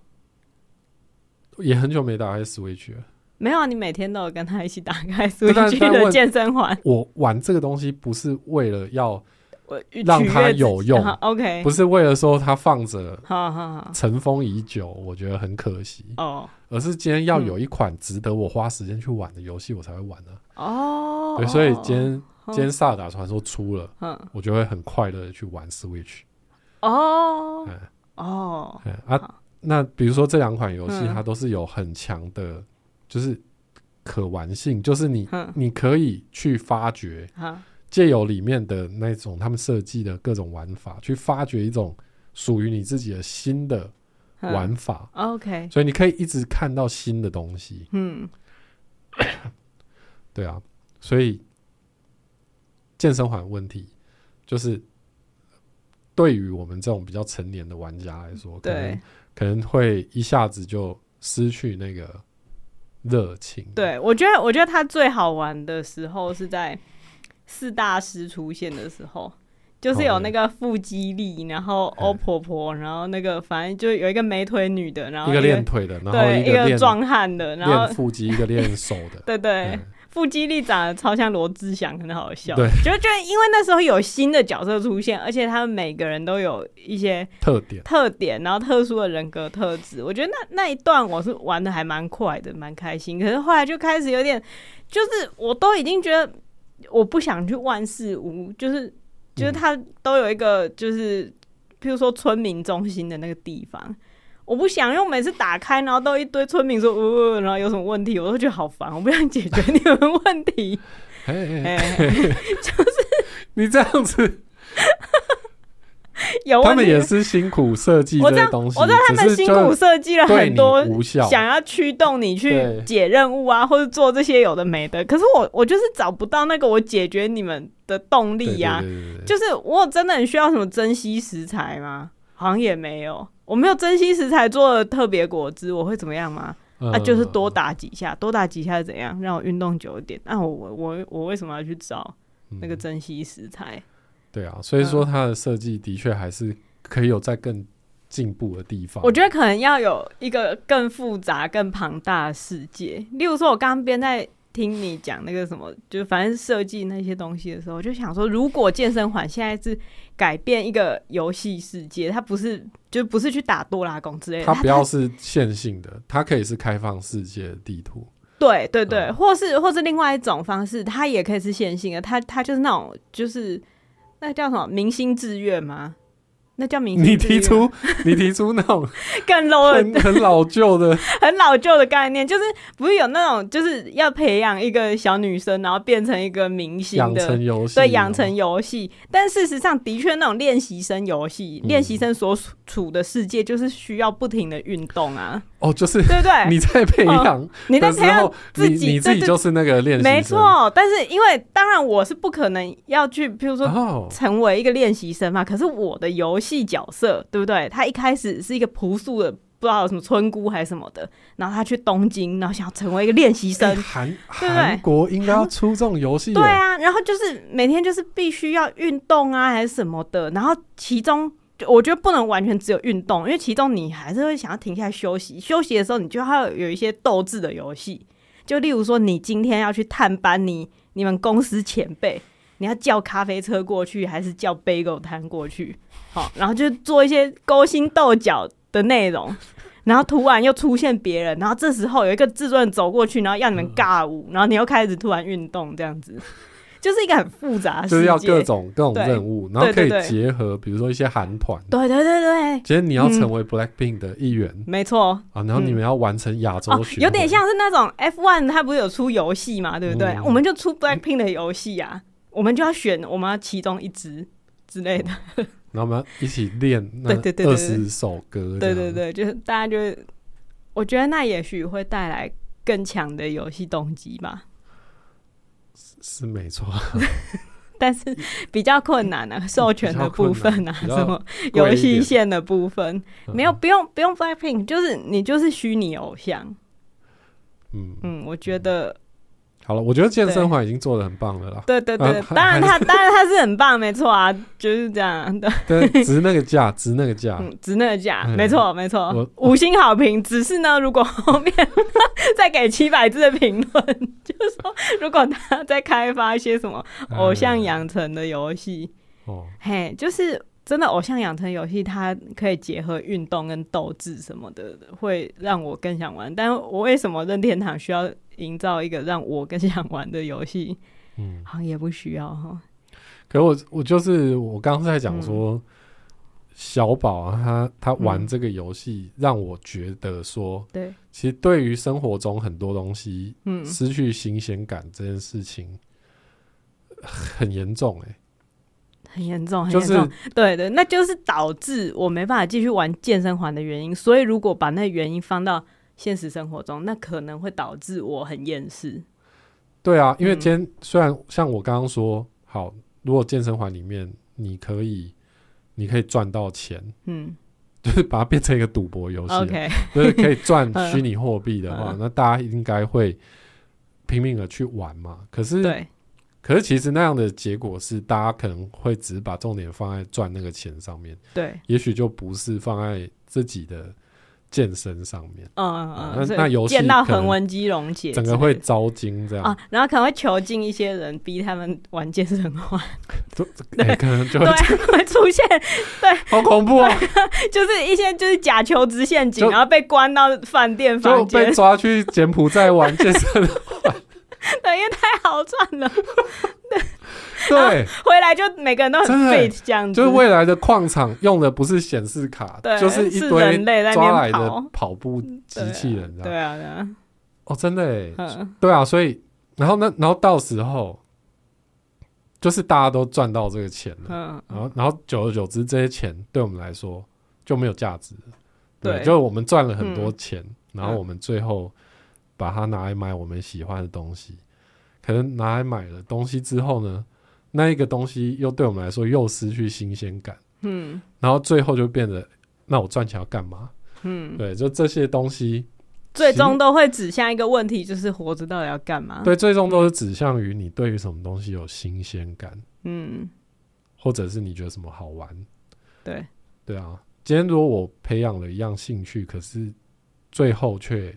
也很久没打开 Switch 了。没有啊，你每天都有跟他一起打开但 Switch 但的问健身环。我玩这个东西不是为了要，我让取它悦自有己用好 OK，不是为了说它放着好好好，尘封已久，我觉得很可惜，哦而是今天要嗯有一款值得我花时间去玩的游戏，我才会玩啊。哦，对，所以哦今天哦今天《萨尔达传说》出了，嗯我就会很快乐的去玩 Switch。哦嗯哦嗯啊，那比如说这两款游戏，嗯它都是有很强的，就是可玩性，就是你嗯你可以去发掘，好借由里面的那种他们设计的各种玩法，去发掘一种属于你自己的新的嗯玩法， OK，所以你可以一直看到新的东西。嗯 对啊，所以健身环问题就是对于我们这种比较成年的玩家来说，可对能可能会一下子就失去那个热情。，对，我觉得我觉得它最好玩的时候是在四大师出现的时候。就是有哦那个腹肌力，然后哎欧婆婆，然后那个反正就有一个美腿女的，然后一个练腿的，然后对一个个练壮汉的，然后。练腹肌，一个练手的对对嗯，腹肌力长得超像罗志祥，很好笑。对就觉得因为那时候有新的角色出现，而且他们每个人都有一些特点，特点，然后特殊的人格特质。我觉得那那一段我是玩的还蛮快的，蛮开心。可是后来就开始有点，就是我都已经觉得我不想去万事屋，就是就是它都有一个就是，譬如说村民中心的那个地方。我不想，因为我每次打开，然后都一堆村民说，呜、呃，然后有什么问题，我都觉得好烦，我不想解决你们问 题。哎哎哎哎、你这样子，有他问们题也是辛苦设计我这知些道，东西，我知道他只们是辛就苦设计了对很你多无效，想要驱动你去对解任务啊，或者做这些有的没的。可是我我就是找不到那个我解决你们的动对力啊呀、对对对对就是我真的很需要什么珍惜食材吗？好像也没有，我没有珍惜食材做的特别果汁，我会怎么样吗？啊，嗯就是多打几下，多打几下是怎样让我运动久一点？那、我我我我为什么要去找那个嗯珍惜食材？对啊，所以说它的设计的确还是可以有在更进步的地方。我觉得可能要有一个更复杂、更庞大的世界。例如说，我刚刚边在听你讲那个什么，就是反正设计那些东西的时候，我就想说，如果健身环现在是改变一个游戏世界，它不是就不是去打多拉宫之类的，它不要是线性的，它可以是开放世界的地图。对对对，嗯或是或是另外一种方式，它也可以是线性的，它它就是那种就是那叫什么明星志愿吗？那叫民生你自提愿出你提出那种更 low 的很很老旧的，很老旧的概念，就是不是有那种就是要培养一个小女生，然后变成一个明星养的成。游戏，哦对养成游戏，但事实上的确，那种练习生游戏，嗯练习生所处处的世界就是需要不停的运动啊，哦，就是对不对？哦你在培养你在的时培养候，自己你你自己对对就是那个练习生，没错，但是因为当然我是不可能要去，譬如说哦，成为一个练习生嘛。可是我的游戏角色，对不对？他一开始是一个朴素的，不知道有什么村姑还是什么的，然后他去东京，然后想要成为一个练习生哎。韩对韩国应该要出这种游戏耶，对啊，然后就是每天就是必须要运动啊，还是什么的。然后其中就我觉得不能完全只有运动，因为其中你还是会想要停下来休息。休息的时候，你就要有一些斗志的游戏，就例如说你今天要去探班你你们公司前辈，你要叫咖啡车过去，还是叫 bagel 摊过去？好，然后就做一些勾心斗角的内容。然后突然又出现别人，然后这时候有一个制作人走过去，然后要你们尬嗯舞，然后你又开始突然运动，这样子，就是一个很复杂的世界。就是要各种各种对任务，然后可对以对对结合，比如说一些韩团，对对对对，今天你要嗯成为 BLACKPINK 的一员没错。啊，然后你嗯们要完成亚洲哦，巡回，有点像是那种 F1，它不是有出游戏嘛，对不对？嗯我们就出 Blackpink 的游戏啊，我们就要选我们要其中一支之类的。然后我们要一起练那对对对对对二十首歌，对对，对，就是大家就是，我觉得那也许会带来更强的游戏动机吧，是没错。但是比较困难啊，授权的部分啊，嗯比较什困么难较游戏线的部分，嗯没有，不用不用 Blackpink，就是你就是虚拟偶像。嗯，嗯，我觉得好了，我觉得健对，身环已经做的很棒了啦对对对啊，还当然他当然他是很棒，没错啊，就是这样的。但值那个价， 值那个价。嗯，值那个价，啊嗯没错没错我，五星好评。只是呢，如果后面 再给七百字的评论， 就是说如果他在开发一些什么嗯偶像养成的游戏，哦，嘿，就是真的偶像养成游戏，它可以结合运动跟斗志什么的，会让我更想玩。但我为什么任天堂需要营造一个让我更想玩的游戏？嗯，好像也不需要哈。可我我就是我刚刚在讲说，小宝啊，他他玩嗯这个游戏，让我觉得说，对，其实对于生活中很多东西嗯，失去新鲜感这件事情很严重哎、很严重，很就严是重。对对，那就是导致我没办法继续玩健身环的原因。所以如果把那原因放到现实生活中，那可能会导致我很厌世。对啊，因为嗯今天虽然像我刚刚说，好，如果健身环里面你可以你可以赚到钱， 嗯就是把它变成一个赌博游戏啊，OK，就是可以赚 嗯虚拟货币的话嗯，那大家应该会拼命的去玩嘛。可是，对可是其实那样的结果是，大家可能会只把重点放在赚那个钱上面，对，也许就不是放在自己的健身上面，嗯啊嗯那嗯，所以那游戏见到可能横纹肌溶解之类的，整个会糟心这样啊，，然后可能会囚禁一些人，逼他们玩健身环， 哎可能就对 会啊，会出现好恐怖哦，就是一些就是假求职陷阱，就然后被关到饭店 就房间 被，抓去柬埔寨玩健身，对，因为太好赚了，对，回来就每个人都很真的 fit 这样子，就是未来的矿场用的不是显示卡对，就是一是堆人类在那抓边来的跑跑步机器人这样对。啊对啊，哦，真的哎，嗯，对啊，所以然后呢，然后到时候就是大家都赚到这个钱了，嗯，然后然后久而久之，这些钱对我们来说就没有价值了。对，对就是我们赚了很多钱，然后嗯我们最后把它拿来买我们喜欢的东西，可能拿来买了东西之后呢，那一个东西又对我们来说又失去新鲜感，嗯然后最后就变得，那我赚钱要干嘛？嗯，对，就这些东西，最终都会指向一个问题，就是活着到底要干嘛？对，，最终都是指向于你对于什么东西有新鲜感。嗯，或者是你觉得什么好玩，对，对啊。今天如果我培养了一样兴趣，可是最后却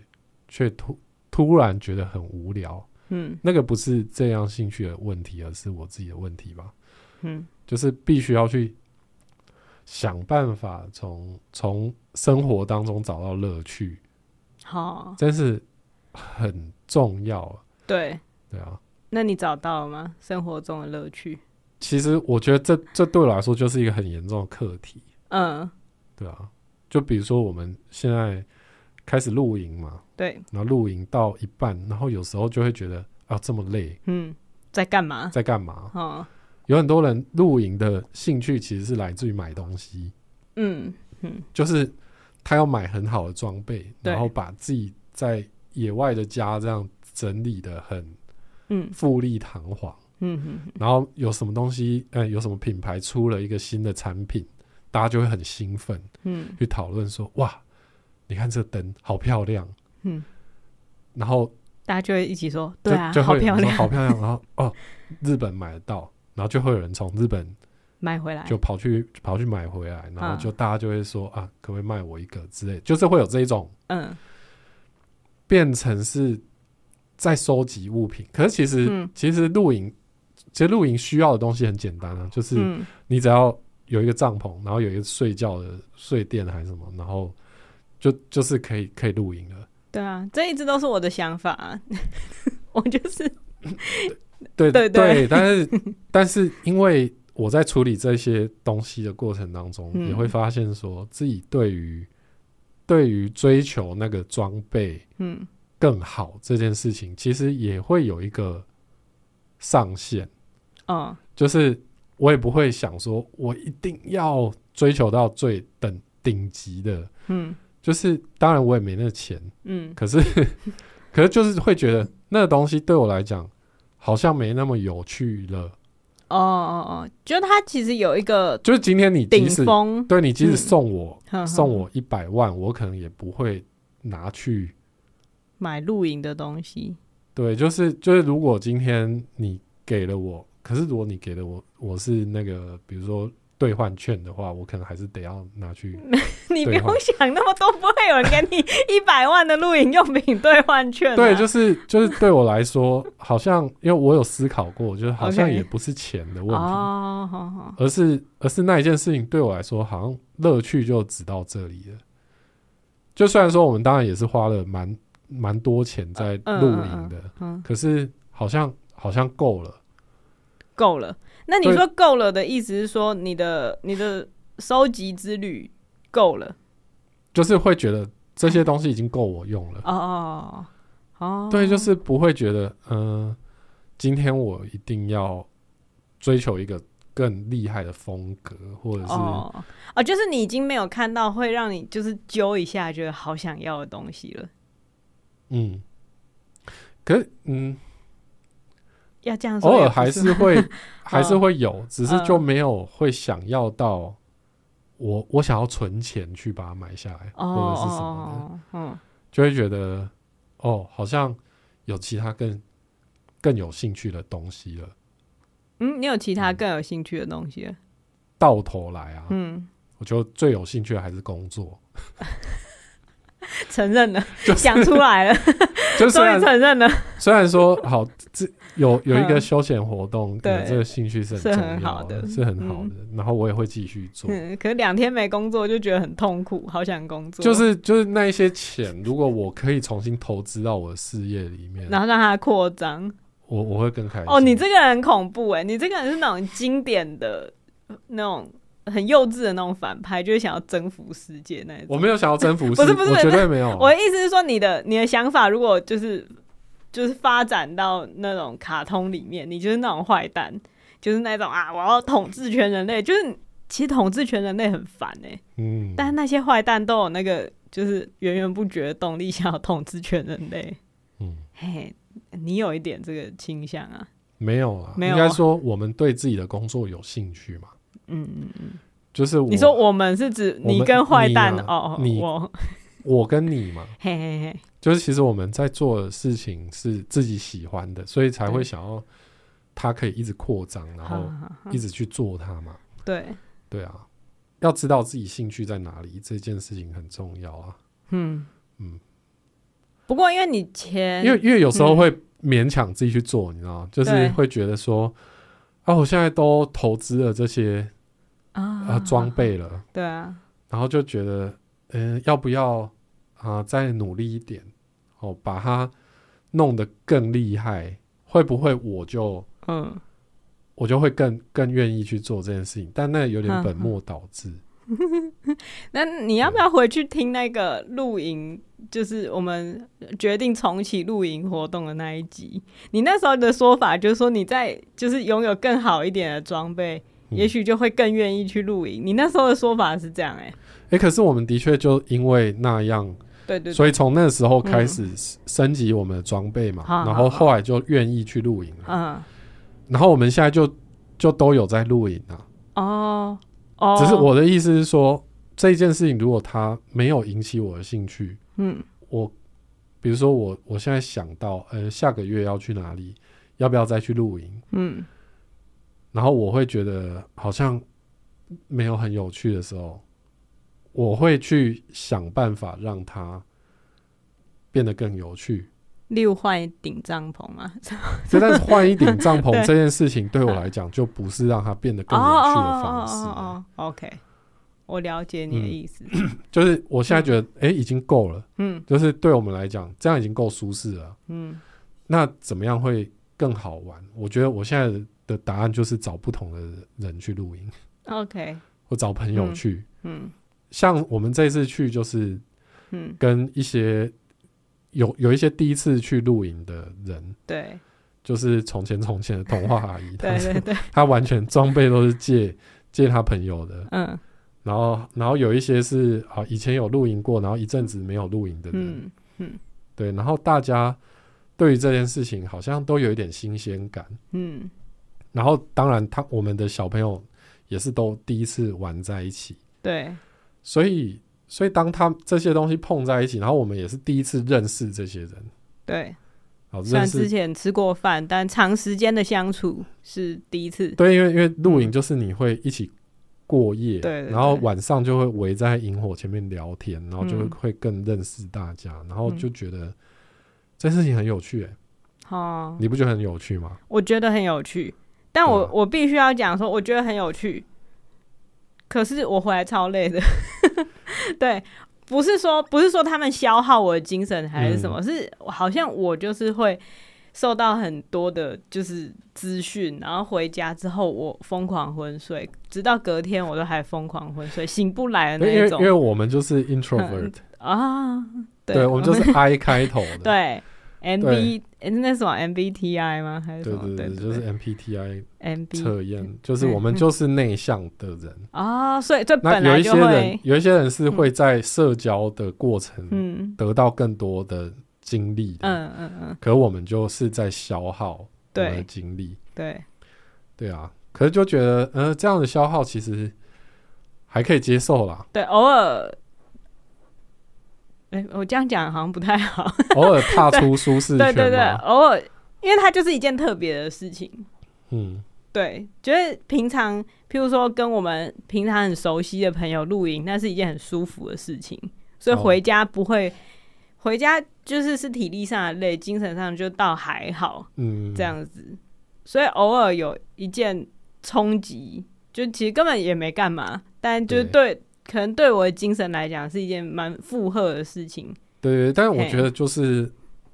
却突突然觉得很无聊，嗯那个不是这样兴趣的问题，而是我自己的问题吧。嗯，就是必须要去想办法从从生活当中找到乐趣，好，真是很重要啊，对，对啊。那你找到了吗？生活中的乐趣？其实我觉得这这对我来说就是一个很严重的课题，嗯，对啊，就比如说我们现在开始露营嘛，对，然后露营到一半，然后有时候就会觉得啊这么累，嗯，在干嘛？在干嘛？哦，有很多人露营的兴趣其实是来自于买东西，嗯，就是他要买很好的装备，对然后把自己在野外的家这样整理的很嗯，富丽堂皇，嗯嗯，然后有什么东西，呃，有什么品牌出了一个新的产品，大家就会很兴奋，嗯，去讨论说，哇，你看这灯好漂亮，嗯，然后大家就会一起说，就对啊就，好会有漂人说亮，好漂亮，然后哦，日本买得到，然后就会有人从日本买回来，就跑去跑去买回来，然啊后就大家就会说啊，可不可以卖我一个之类，就是会有这一种嗯变成是在收集物品，可是其实、嗯其实露营。其实露营需要的东西很简单啊，就是嗯你只要有一个帐篷，然后有一个睡觉的睡垫还是什么，然后就就是可以可以露营了。对啊，这一直都是我的想法啊，我就是对对对对但 是但是因为我在处理这些东西的过程当中，嗯也会发现说自己对于对于追求那个装备嗯更好这件事情，其实也会有一个上限，哦，就是我也不会想说我一定要追求到最等顶级的，嗯就是当然我也没那个钱，嗯可是， 可是就是会觉得那个东西对我来讲好像没那么有趣了。哦哦哦，就他其实有一个就是今天你即顶使峰，对你即使嗯送我、呵呵送我一百万，我可能也不会拿去。买露营的东西，对，就是就是，如果今天你给了我，可是如果你给了我，我是那个比如说兑换券的话，我可能还是得要拿去。 你不对用换想那么多，不会有人 给你一百万的露营用品兑换券啊、对，就是就是对我来说，好像因为我有思考过，就是好像 OK 也不是钱的问题。哦，好好，而是而是那一件事情对我来说，好像乐趣就只到这里了。就虽然说我们当然也是花了蛮蛮多钱在嗯露营的，嗯，可是好像好像够了。够了。那你对说够了的意思是说，你的你的收集之旅够了？就是会觉得这些东西已经够我用了。哦哦哦，哦对，就是不会觉得，嗯、今天我一定要追求一个更厉害的风格，或者是、哦哦，就是你已经没有看到会让你就是揪一下觉得好想要的东西了。嗯，可是嗯，要这样说偶也不，尔还是 会还是会有，只是就嗯没有会想要到我我想要存钱去把它买下来，哦或者是什么的，哦哦，哦就会觉得哦，好像有其他更更有兴趣的东西了。嗯，你有其他更有兴趣的东西 了？到头来啊，嗯，我觉得最有兴趣的还是工 作，承认了，就是想出来了， 就是虽终于然承认了，虽然说好这有有一个嗯休闲活动，可能对这个兴趣是是很重很要好的是很好的，然后我也会继续做。嗯，可是两天没工作就觉得很痛苦，好想工作，就是就是那一些钱，如果我可以重新投资到我的事业里面，然后让它扩张。我我会更开心。哦，你这个人很恐怖哎，你这个人是那种经典的那种很幼稚的那种反派，就是想要征服世界那一种。我没有想要征服世，不是不是我绝对没有。我的意思是说，你的你的想法如果就是就是发展到那种卡通里面，你就是那种坏蛋，就是那种啊，我要统治全人类，就是其实统治全人类很烦哎、嗯，但是那些坏蛋都有那个就是源源不绝的动力，想要统治全人类。嗯嘿，你有一点这个倾向啊，没有啦，没有啊应该说我们对自己的工作有兴趣嘛。嗯嗯嗯。就是我你说我们是指我们你跟坏蛋、你啊哦，你我我跟你嘛，嘿嘿嘿，就是其实我们在做的事情是自己喜欢的，所以才会对想要它可以一直扩张，然好后好好一直去做它嘛。对，对啊，要知道自己兴趣在哪里，这件事情很重要啊。嗯嗯嗯。不过因为你前因为因为有时候会勉强自己去做，你知道吗？就是嗯对会觉得说，啊，我现在都投资了这些啊啊装备了，对啊，然后就觉得，嗯、要不要啊、再努力一点，哦，把它弄得更厉害，会不会我就嗯我就会更更愿意去做这件事情？但那有点嗯本末倒置，那你要不要回去听那个露营？就是我们决定重启露营活动的那一集。你那时候的说法就是说，你在就是拥有更好一点的装备，嗯也许就会更愿意去露营。你那时候的说法是这样、欸，哎，哎、可是我们的确就因为那样，对对对，所以从那时候开始升级我们的装备嘛，好然好后后来就愿意去露营了。嗯，然后我们现在就就都有在露营啊。哦哦，只是我的意思是说，这件事情如果它没有引起我的兴趣，嗯，我比如说我我现在想到，呃，下个月要去哪里，要不要再去露营？嗯然后我会觉得好像没有很有趣的时候，我会去想办法让它变得更有趣。六换一顶帐篷嘛，所以，但是换 一顶帐篷对这件事情对我来讲，就不是让它变得哦更有趣的哦方式。哦哦，OK，我了解你的嗯意思，就是我现在觉得，哎、已经够了。嗯就是对我们来讲，这样已经够舒适了。嗯那怎么样会更好玩？我觉得我现在的答案就是找不同的人去露营， ，OK， 或找朋友去。嗯像我们这次去，就是嗯，跟一些有有一些第一次去露营的人，对就是从前从前的童话阿姨，她对对对，她完全装备都是借借她朋友的。嗯然后，然后有一些是啊，以前有露营过，然后一阵子没有露营的人，嗯对，然后大家对于这件事情好像都有一点新鲜感。嗯然后当然他我们的小朋友也是都第一次玩在一起，对，所以所以当他这些东西碰在一起，然后我们也是第一次认识这些人，啊对，好虽哦认然之识。前吃过饭，但长时间的相处是第一次。对，因为因为露营就是你会一起过夜，嗯对对然后对晚上就会围在萤火前面聊天，然后就会嗯会更认识大家，然后嗯就觉得这件事情很有趣、欸，哦，你不觉得很有趣吗？我觉得很有趣，但我、对啊我必须要讲说，我觉得很有趣，可是我回来超累的。 对，不是说不是说他们消耗我的精神还是什嗯么，是好像我就是会受到很多的就是资讯，然后回家之后我疯狂昏睡，直到隔天我都还疯狂昏睡，醒不来的对因那为一因为种我们就是 introvert，啊。 对，对，我们就是 I 开头的，对 MB 诶那是什么 MBTI 吗？还是什对么？对对， 对，就是 MPTI MB 测验，就是我们就是内向的人。啊、所以这那本有来一就些人会，，有一些人是会在社交的过程嗯得到更多的经历的，嗯嗯嗯，可我们就是在消耗我们的对精力，对对啊。可是就觉得，呃，这样的消耗其实还可以接受啦， 对，偶尔，哎、我这样讲好像不太好，偶尔踏出舒适对对圈对，嘛。偶尔，因为它就是一件特别的事情，嗯，对，觉得平常，譬如说跟我们平常很熟悉的朋友露营，那是一件很舒服的事情，所以哦回家不会，回家就是是体力上的累，精神上就倒还好，嗯，这样子，所以偶尔有一件冲击，就其实根本也没干嘛，但就是对可能对我的精神来讲是一件蛮负荷的事情。对对，但是我嘿觉得就是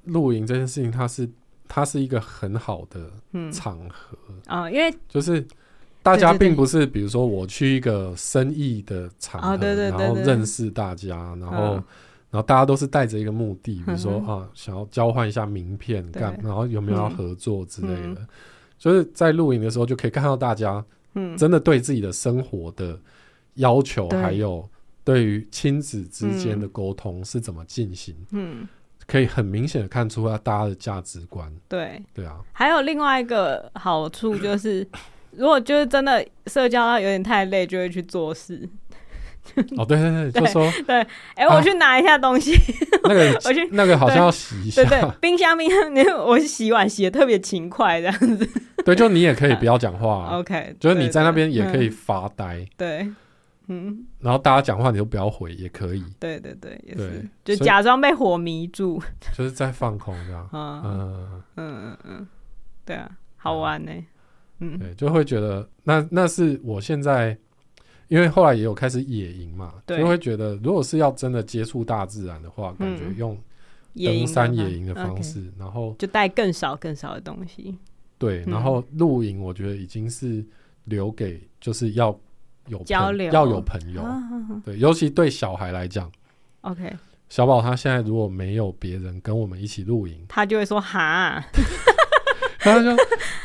露营这件事情，它是它是一个很好的嗯场合，啊、因为就是大家对对对并不是，比如说我去一个生意的场合，哦对对对然后对认识大家，然后、嗯然后大家都是带着一个目的，比如说、嗯哼啊，想要交换一下名片，对干，然后有没有要嗯合作之类的。嗯就是在露营的时候，就可以看到大家嗯真的对自己的生活的要求，对还有对于亲子之间的沟通是怎么进行，嗯，可以很明显的看出啊大家的价值观。对，对啊，还有另外一个好处 就是，如果就是真的社交到有点太累，就会去做事。哦对对对， 就对说哎、啊我去拿一下东 西，那个 我去那个好像要洗一下对，对，冰箱冰箱，你我洗碗洗的特别勤快这样子。 对，就你也可以不要讲话、啊， OK，就是你在那边哦对也可以嗯发呆，对，嗯。然后大家讲话你就不要回，也可以，对对对，也对是，就所以假装被火迷住，就是在放空这样。啊，嗯，对啊，好玩呢、嗯对，就会觉得那那是我现在，因为后来也有开始野营嘛，对就会觉得如果是要真的接触大自然的话，感觉嗯用野营登的山话野营的方， OK 式，然后就带更少更少的东西，对，嗯然后露营，我觉得已经是留给就是要有朋交流要有朋友，啊啊啊对，尤其对小孩来讲， OK，小宝他现在如果没有别人跟我们一起露营，他就会说哈，他就说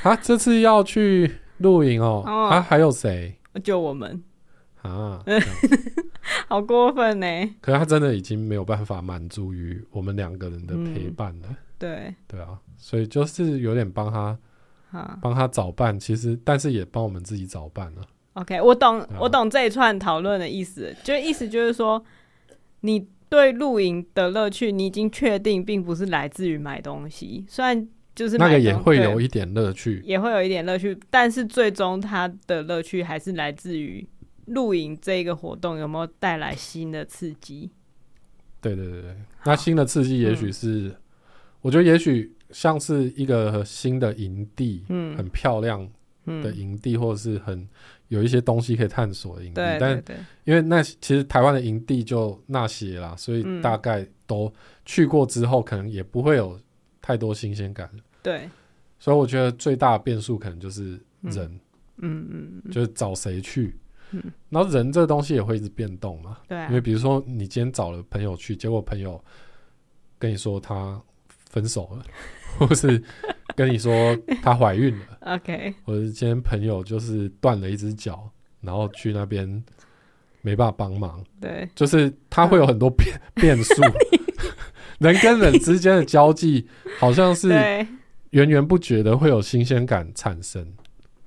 啊，这次要去露营哦，哦啊，还有谁就我们，啊？这样好过分呢、可是他真的已经没有办法满足于我们两个人的陪嗯伴了，对，对啊，所以就是有点帮他哈帮他找伴，其实但是也帮我们自己找伴了、 ，OK，我懂啊，我懂这一串讨论的意思，就意思就是说，你对露营的乐趣，你已经确定并不是来自于买东西，虽然就是那买个也东会对有一点乐趣，也会有一点乐趣，但是最终它的乐趣还是来自于露营这个活动有没有带来新的刺激。对对对对。那新的刺激也嗯许是，我觉得也许像是一个新的营地，嗯很漂亮的嗯，营地，或者是很有一些东西可以探索的营地。对对嗯但对，因为那其实台湾的营地就那些啦，所以嗯大概都去过之后，可能也不会有太多新鲜感。对，所以我觉得最大的变数可能就是嗯人，嗯嗯，嗯就是找谁去。嗯然后人这东西也会一直变动嘛，对啊因为，比如说你今天找了朋友去，结果朋友跟你说他分手了， 或是跟你说她怀孕了， OK，或者是今天朋友就是断了一只脚，然后去那边没办法帮忙，对，就是他会有很多变、变 数。 人跟人之间的交际好像是对源源不绝的会有新鲜感产生，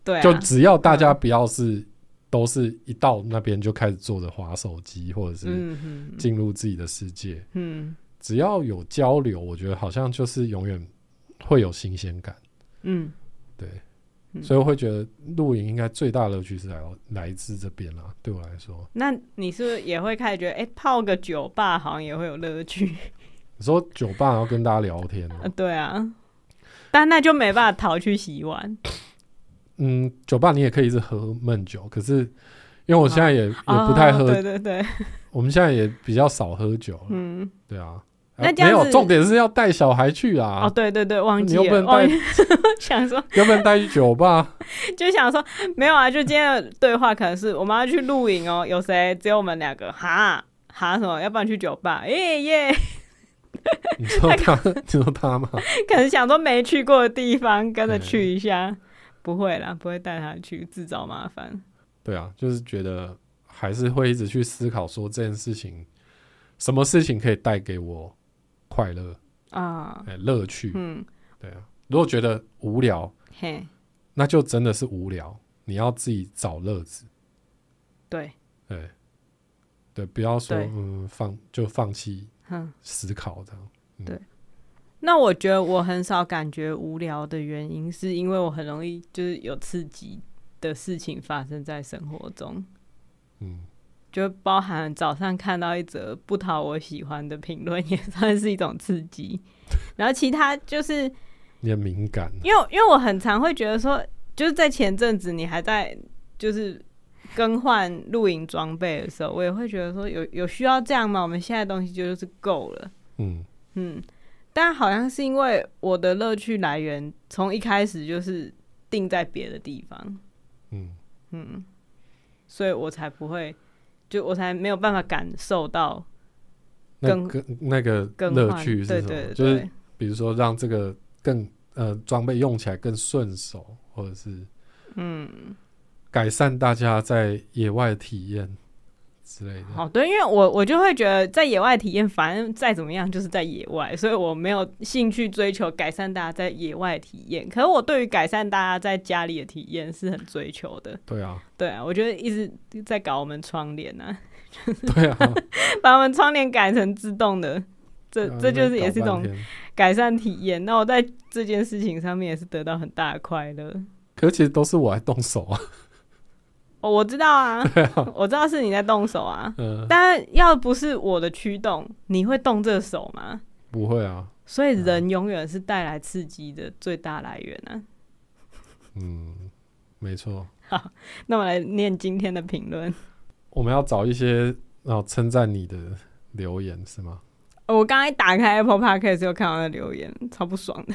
对啊，就只要大家不要是、都是一到那边就开始坐着划手机，或者是嗯嗯进入自己的世界，嗯只要有交流，我觉得好像就是永远会有新鲜感，嗯，对，嗯所以我会觉得露营应该最大的乐趣是来来自这边啦，对我来说，那你是不是也会开始觉得，哎、泡个酒吧好像也会有乐趣？ 你说酒吧然后跟大家聊天哦、啊对啊，但那就没办法逃去洗碗。嗯，酒吧你也可以一直喝闷酒，可是因为我现在也、也不太哦喝，对对对，我们现在也比较少喝酒了，嗯，对啊。那啊这样没有，子重点是要带小孩去哦，啊！对对对，忘你记又不了，哦能忘带记 想说要不然带去酒吧？ 就想说没有啊，就今天的对话可能是我们要去露营哦，有谁？只有我们两个，哈哈什么？要不然去酒吧？耶耶，你 说他， 你说他吗？可能想说没去过的地方跟着去一嗯下，不会啦，不会带他去，自找麻烦。对啊，就是觉得还是会一直去思考说这件事情，什么事情可以带给我快乐、啊，哎乐趣？嗯，对啊，如果觉得无聊，嘿，那就真的是无聊，你要自己找乐子。对，对，对，不要说对嗯放就放弃哼。思考这样。那我觉得我很少感觉无聊的原因，是因为我很容易就是有刺激的事情发生在生活中，嗯，就包含早上看到一则不讨我喜欢的评论，也算是一种刺激。然后其他就是你很敏感，因为因为我很常会觉得说，就是在前阵子你还在就是更换露营装备的时候，我也会觉得说有有需要这样吗？我们现在的东西就是够了。嗯，嗯，但好像是因为我的乐趣来源从一开始就是定在别的地方，嗯，嗯，所以我才不会，就我才没有办法感受到那更跟那个更乐换趣是对什么？对对，就是比如说让这个更呃装备用起来更顺手，或者是嗯，改善大家在野外的体验之类的。哦对，因为我我就会觉得在野外体验，反正再怎么样就是在野外，所以我没有兴趣追求改善大家在野外体验。可是我对于改善大家在家里的体验是很追求的，对啊，对啊，我觉得一直在搞我们窗帘啊。对啊， 把我们窗帘改成自动的，这对啊这就是那也是一搞半种天改善体验。那我在这件事情上面也是得到很大的快乐。可是其实都是我在动手啊。 哦，我知道啊，我知道是你在动手啊，嗯，但要不是我的驱动，你会动这手吗？不会啊，所以人永远是带来刺激的最大来源啊。嗯，没错，那我来念今天的评论。我们要找一些然后称赞你的留言是吗？哦我刚才打开 Apple Podcast 就看到那留言，超不爽的。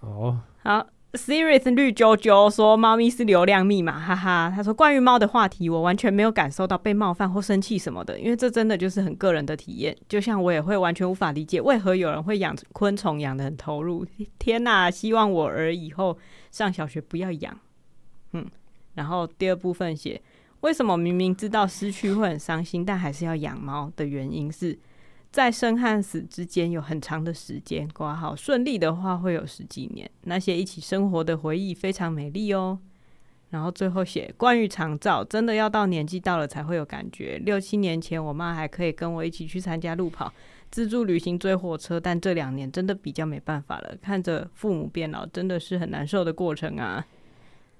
好，好， Sirius 绿啾啾说：“猫咪是流量密码，哈哈。”他说：“关于猫的话题，我完全没有感受到被冒犯或生气什么的，因为这真的就是很个人的体验。就像我也会完全无法理解，为何有人会养昆虫养的很投入。 天哪、希望我儿以后上小学不要养。”嗯，然后第二部分写：“为什么明明知道失去会很伤心，但还是要养猫的原因是在生和死之间有很长的时间挂号，顺利的话会有十几年。那些一起生活的回忆非常美丽哦。然后最后写关于长照，真的要到年纪到了才会有感觉。六七年前，我妈还可以跟我一起去参加路跑、自助旅行、追火车，但这两年真的比较没办法了。看着父母变老，真的是很难受的过程啊。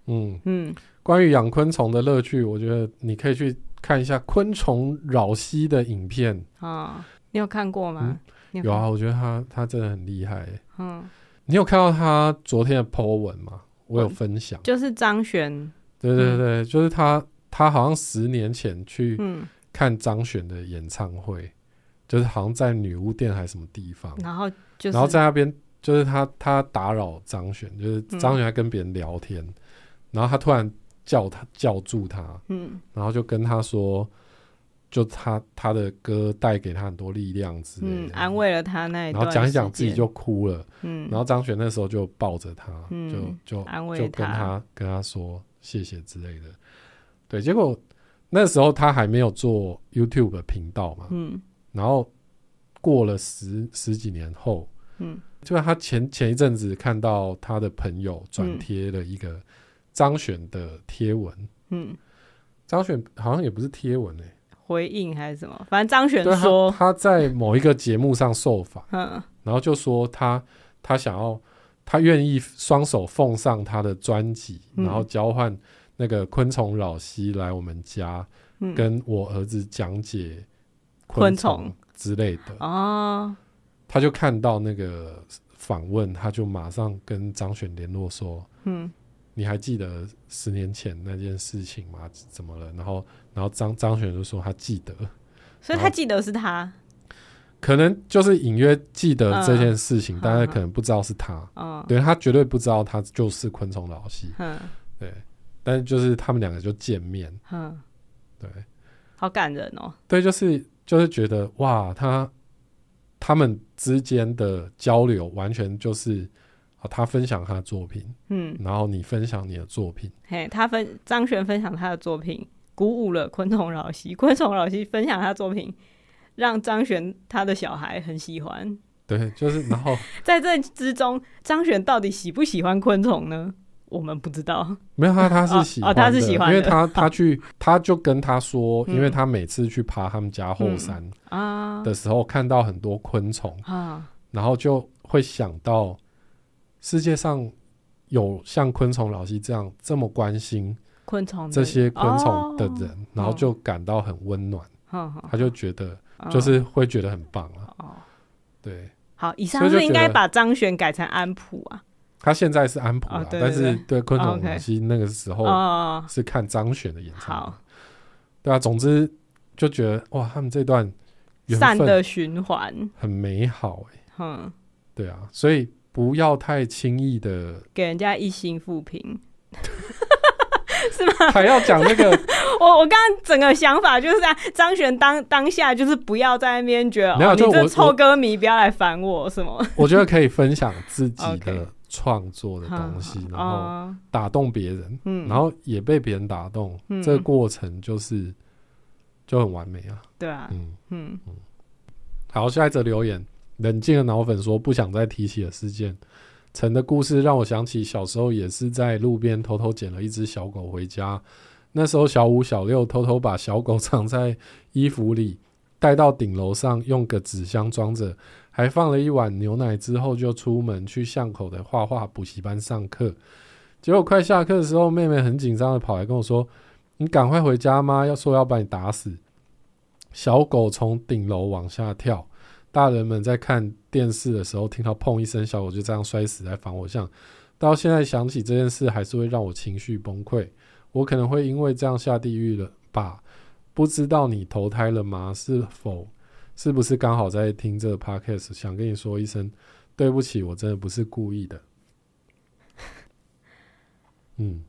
嗯，嗯，关于养昆虫的乐趣，我觉得你可以去看一下昆虫扰息的影片。啊，你有看过吗？你有看啊，我觉得他他真的很厉害欸。嗯，你有看到他昨天的 po 文吗？我有分享。就是张悬，对对对，就是他他好像十年前去嗯，看张悬的演唱会，就是好像在女巫店还是什么地方，然后嗯就是，然后在那边就是他他打扰张悬，就是嗯张悬在跟别人聊天，然后他突然叫他叫住他，嗯然后就跟他说，就他他的歌带给他很多力量之类嗯，的，安慰了他那一然段，后讲一讲自己，就哭了，嗯，然后张悬那时候就抱着他，嗯就就安慰就跟他他跟他说谢谢之类的，对，结果那时候他还没有做 YouTube 的频道嘛，嗯然后过了十十几年后，嗯就是他前前一阵子看到他的朋友转嗯贴了一个张悬的贴文，嗯，张悬好像也不是贴文诶、欸回应还是什么，反正张悬对啊他说，他在某一个节目上受访，嗯然后就说他他想要他愿意双手奉上他的专辑，嗯然后交换那个昆虫老师来我们家、嗯，跟我儿子讲解昆虫虫之类的。哦，他就看到那个访问，他就马上跟张悬联络说嗯，：“你还记得十年前那件事情吗？怎么了？”然后然后张张悬就说他记得。所以他记得是他，可能就是隐约记得这件事情，嗯但是可能不知道是他，哦，对他绝对不知道他就是昆虫老西，嗯对，但是就是他们两个就见面，嗯，对，好感人哦，对，就是就是觉得哇，他他们之间的交流完全就是啊，他分享他的作品，嗯，然后你分享你的作品，嘿，他分张悬分享他的作品，鼓舞了昆虫老师，昆虫老师分享他的作品。让张悬他的小孩很喜欢，对，就是然后 在这之中，张悬到底喜不喜欢昆虫呢？我们不知道。没有他，他是喜欢的，哦哦他是喜欢的因为他他去他就跟他说，嗯因为他每次去爬他们家后嗯山。啊的时候看到很多昆虫，啊，然后就会想到世界上有像昆虫老师这样这么关心昆虫的这些昆虫的人，哦然后就感到很温暖，哼哼他就觉得哦就是会觉得很棒啊。哦，对好，以上所以是就不是应觉该得把张悬改成安普啊？他现在是安普啦，哦对但对是对对昆哦虫，OK 老师那个时候哦，是看张悬的演唱会好，，对啊，总之就觉得哇，他们这段缘善分的循环，很美好、欸，嗯，对啊，所以不要太轻易的给人家一星复评。 还要讲那个，我我刚刚整个想法就是这样，张悬当当下就是不要在那边觉得，没有哦、你就我这臭歌迷不要来烦我什么我觉得可以分享自 己 OK 的创 作的东西，然后哦打动别人，嗯，然后也被别人打动，嗯这个过程就是就很完美啊。对啊，嗯，嗯好，下一则留言，冷静的脑粉说不想再提起的事件。陈的故事让我想起小时候也是在路边偷偷捡了一只小狗回家，那时候小五小六偷偷把小狗藏在衣服里，带到顶楼上，用个纸箱装着，还放了一碗牛奶，之后就出门去巷口的画画补习班上课。结果快下课的时候，妹妹很紧张的跑来跟我说：“你赶快回家吗？要说要把你打死。”小狗从顶楼往下跳，大人们在看电视的时候听到砰一声，小狗就这样摔死在防火巷。到现在想起这件事，还是会让我情绪崩溃。我可能会因为这样下地狱了吧？不知道你投胎了吗？是否是不是刚好在听这个 podcast？想跟你说一声对不起，我真的不是故意的。嗯，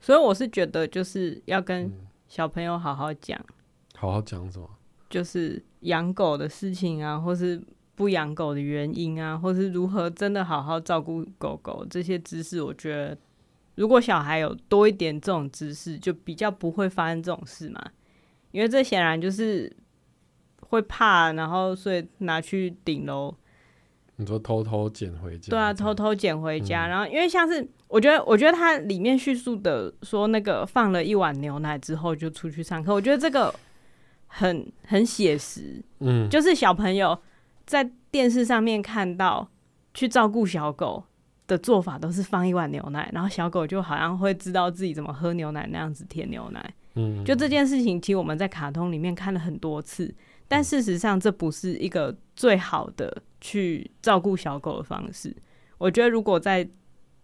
所以我是觉得就是要跟嗯小朋友好好讲，好好讲什么？就是养狗的事情啊，或是不养狗的原因啊，或是如何真的好好照顾狗狗这些知识，我觉得如果小孩有多一点这种知识，就比较不会发生这种事嘛。因为这显然就是会怕，然后所以拿去顶楼你说偷偷捡回家？对啊，这偷样偷捡回家。嗯然后因为像是我觉得，我觉得它里面叙述的说那个放了一碗牛奶之后就出去上课，我觉得这个很很写实，嗯，就是小朋友在电视上面看到去照顾小狗。的做法都是放一碗牛奶，然后小狗就好像会知道自己怎么喝牛奶那样子舔牛奶。嗯，就这件事情，其实我们在卡通里面看了很多次，嗯但事实上这不是一个最好的去照顾小狗的方式。我觉得如果在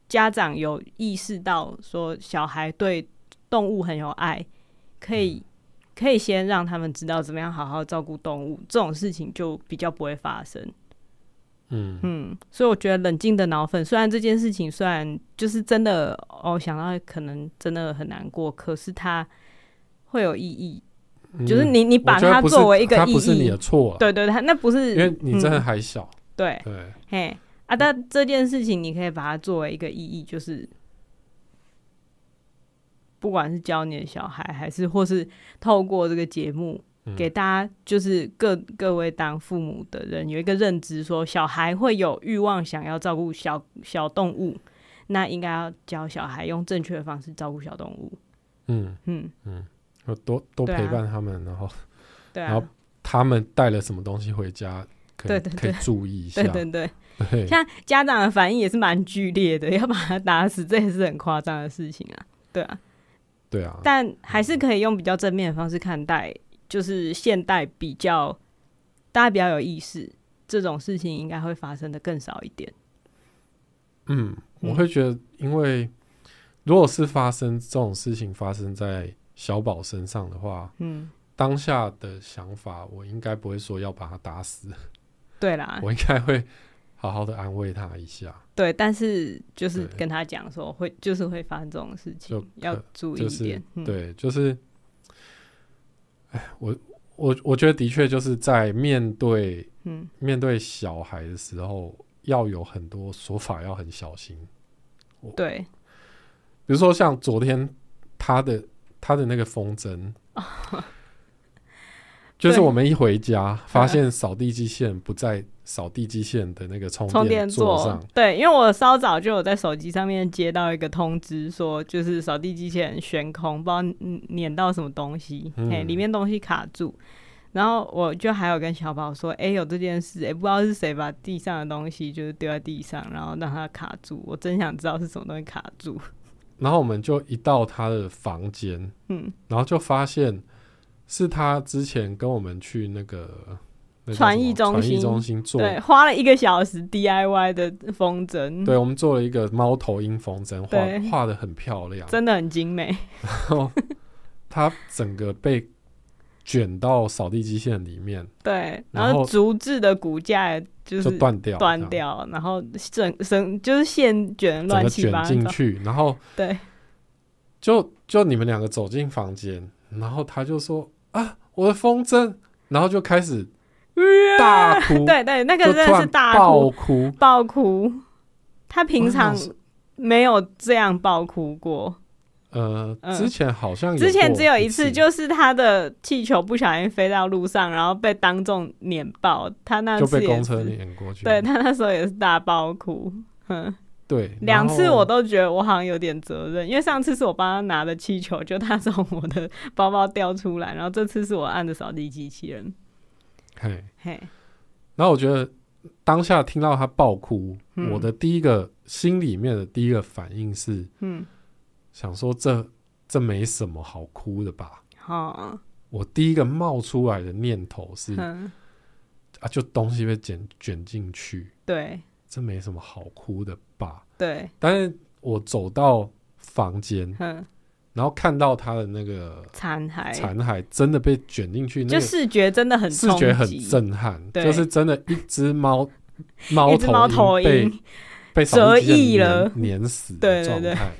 家长有意识到说小孩对动物很有爱，可嗯以、可以先让他们知道怎么样好好照顾动物，这种事情就比较不会发生。嗯嗯，所以我觉得冷静的脑粉，虽然这件事情虽然就是真的哦，想到可能真的很难过，可是它会有意义，嗯就是你你我把觉得它不是作为一个它意不是你义的，错啊，对对，它那不是因为你真的嗯还小，对，对，嘿啊，但这件事情你可以把它作为一个意义，就是不管是教你的小孩，还是或是透过这个节目，嗯给大家就是各各位当父母的人有一个认知，说小孩会有欲望想要照顾小小动物，那应该要教小孩用正确的方式照顾小动物。嗯，嗯，我多多对陪啊伴他们，然后对然啊后，他们带了什么东西回家，可以对对可以注意一下对，对对，对像家长的反应也是蛮剧烈的， 要把他打死，这也是很夸张的事情啊。嗯对啊，对啊，但还是可以用比较正面的方式看待，就是现代比较大家比较有意识，这种事情应该会发生的更少一点。嗯，我嗯会觉得，因为如果是发生这种事情发生在小宝身上的话，嗯，当下的想法，我应该不会说要把他打死，对啦，我应该会好好的安慰他一下，对，但是就是对跟他讲说会，就是会发生这种事就情，要可注意就一是点。嗯、对，就是，哎，我我我觉得的确就是在面对嗯，面对小孩的时候，要有很多说法要很小心，对，比如说像昨天他的他的那个 风筝，就是对嗯我们一回家发现扫地机器人不在扫地机器人的那个充充电座上座，，对，因为我稍早就有在手机上面接到一个通知，说就是扫地机器人悬空，不知道嗯碾到什么东西，哎、嗯里面东西卡住。然后我就还有跟小宝说，哎、有这件事，哎、不知道是谁把地上的东西就是丢在地上，然后让它卡住。我真想知道是什么东西卡住。然后我们就一到他的房间，嗯，然后就发现是他之前跟我们去那个那叫传什艺么中传艺心中心做，对，花了一个小时 DIY 的风筝， 对我们做了一个猫头鹰风筝，对画画的很漂亮，真的很精美。它整个被卷到扫地机器人里面对，然然后后竹制的骨架也就就是断掉，断这样掉，然后整整就是线卷整乱个七卷八进糟。去，然后 对，就就你们两个走进房间，然后他就说啊，我的风筝，然后就 开始大哭，对对，那个就真突的是然大爆哭哭。爆哭，他平常我想说没有这样爆哭过。呃，嗯之前好像之前过只有一啊一次，就是他的气球不小心飞到路上，然后被当众碾爆。他那就次被也公车是，碾过去，对 他那时候也是大爆哭。嗯，对，两次我都都觉得我好像有点责任，因为上次是我帮他拿的气球，就他从我的包包掉出来，然后这次是我按的扫地机器人。嘿，嘿，然后我觉得当下听到他爆哭，嗯我的第一个心里面的第一个反应是嗯，想说这这没什么好哭的吧。好，我第一个冒出来的念头是、嗯，啊，就东西被卷卷进去，对这没什么好哭的吧？对，但是我走到房间，嗯，然后看到他的那个残骸，残骸真的被卷进去，就视觉真的很那个视觉冲很击震撼，对 就是真的一只猫猫一只猫头鹰被鹰被扫地机器人折翼了碾碾死的对状对对态。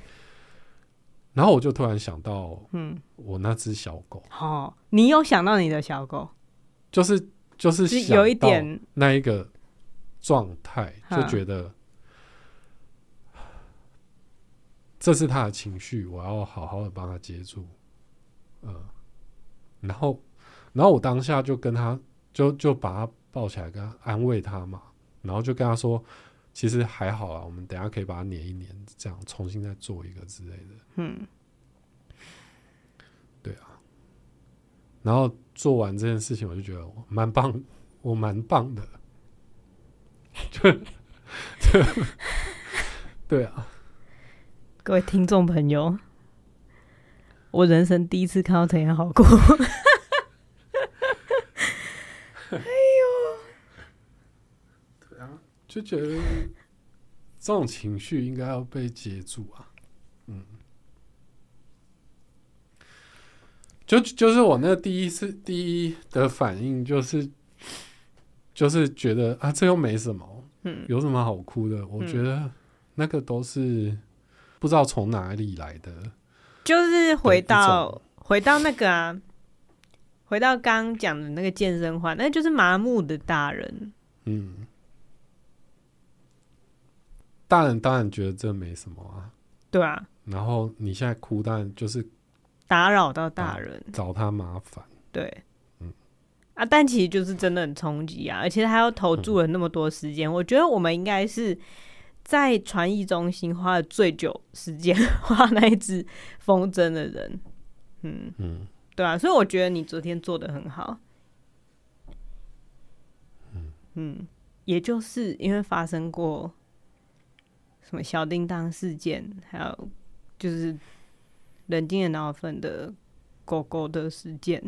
然后我就突然想到，嗯，我那只小狗，哦，你有想到你的小狗，就是就是就是想有一到点那一个状态，就哈觉得这是他的情绪，我要好好的帮他接住。嗯，然后，然后我当下就跟他，就就把他抱起来，跟他安慰他嘛，然后就跟他说，其实还好啊，我们等一下可以把它碾一碾，这样重新再做一个之类的。嗯，对啊。然后做完这件事情，我就觉得我蛮棒，我蛮棒的，就就对啊，各位听众朋友，我人生第一次看到陈彦豪过，就觉得这种情绪应该要被接住啊。嗯，就就是我那第一次第一的反应就是就是觉得啊，这又没什么，嗯有什么好哭的？我觉得那个都是不知道从哪里来的。 就是回对一到回到那个啊，回到刚刚讲的那个健身环，那就是麻木的大人，嗯，大人当然觉得这没什么啊。对啊，然后你现在哭，当然就是打扰到大人，找他麻烦。对，嗯啊，但其实就是真的很冲击啊，而且他又投嗯注了那么多时间，我觉得我们应该是在传艺中心花了最久时间 画那一只风筝的人，嗯，嗯，对啊，所以我觉得你昨天做的很好，嗯也就是因为发生过什么小叮当事件，还有就是冷静的脑粉的狗狗的事件，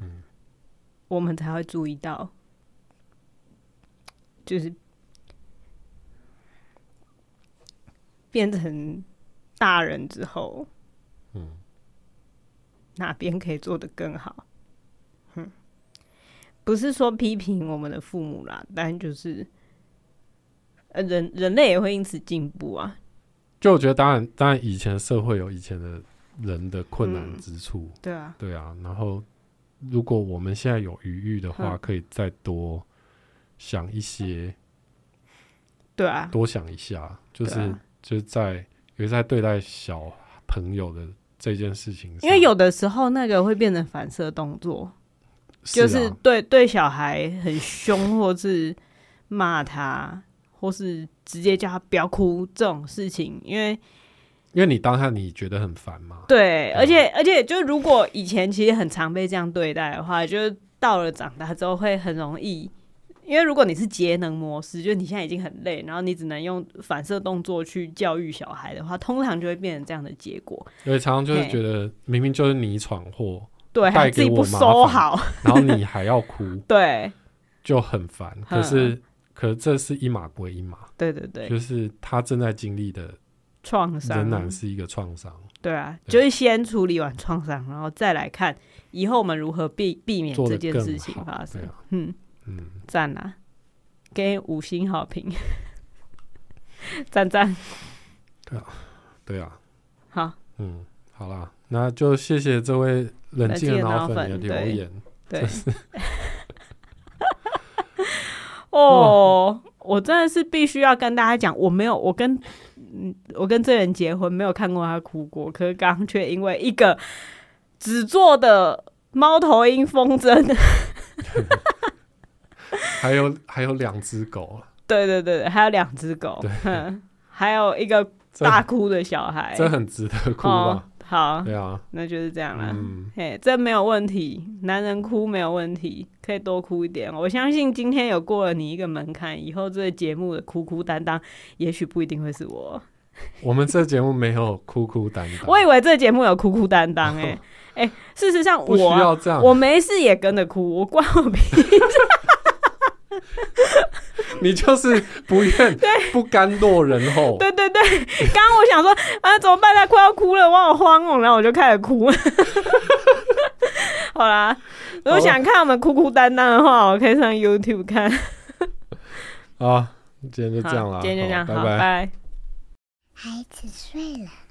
嗯，我们才会注意到，就是变成大人之后，嗯，哪边可以做得更好？哼，不是说批评我们的父母啦，但就是。呃，人人类也会因此进步啊，就我觉得，当然，当然，以前社会有以前的人的困难之处，对啊，对啊。然后，如果我们现在有余裕的话，嗯可以再多想一些，对啊，多想一下，就是、对啊就是在也在对待小朋友的这件事情因上，为有的时候那个会变成反射动作，就是是啊对对小孩很凶，或是骂他，或是直接叫他不要哭这种事情，因为因为你当下你觉得很烦嘛，对，啊而且而且就如果以前其实很常被这样对待的话，就是到了长大之后会很容易。因为如果你是节能模式，就是你现在已经很累，然后你只能用反射动作去教育小孩的话，通常就会变成这样的结果。因为常常就是嘿觉得明明就是你闯祸，对，还带有自己给我不麻收烦好， 然后你还要哭，对，就很 烦。嗯可是，可是这是一码归一码，对对对，就是他正在经历的创伤啊仍然是一个创伤，对啊，对就是先处理完创伤，然后再来看以后我们如何避避免做这得件更事情好发生对。啊嗯，嗯，赞啦，给五星好评， 赞赞。对啊，好，嗯，好啦，那就谢谢这位冷静冷静的的脑脑粉的粉留对言。对。 哦，我真的是必须要跟大家讲，我没有，我跟嗯，我跟这人结婚没有看过他哭过，可是刚刚却因为一个纸做的猫头鹰风筝，还有还有两只狗，对对对，对还有两只狗对，哼还有一个这大哭的小孩，这很值得哭哦吧？，好，对啊，那就是这样啦。嗯，嘿，这没有问题，男人哭没有问题，可以多哭一点。我相信今天有过了你一个门槛，以后这个节目的哭哭担当，也许不一定会是我。啊我们这节目没有哭哭担当，我以为这个节目有哭哭担当、 欸，哎、事实上不需我啊、要这样。我没事也跟着哭，我关我屁 你就是不愿不甘落人后，对对对，刚刚我想说 啊，怎么办？他快要哭了，我好慌哦，然后我就开始哭。 好啦，如果想看我们哭哭担当的话，我可以上 YouTube 看。啊，今天就这样好啦，今天就这样，好好，拜拜。拜。孩子睡了。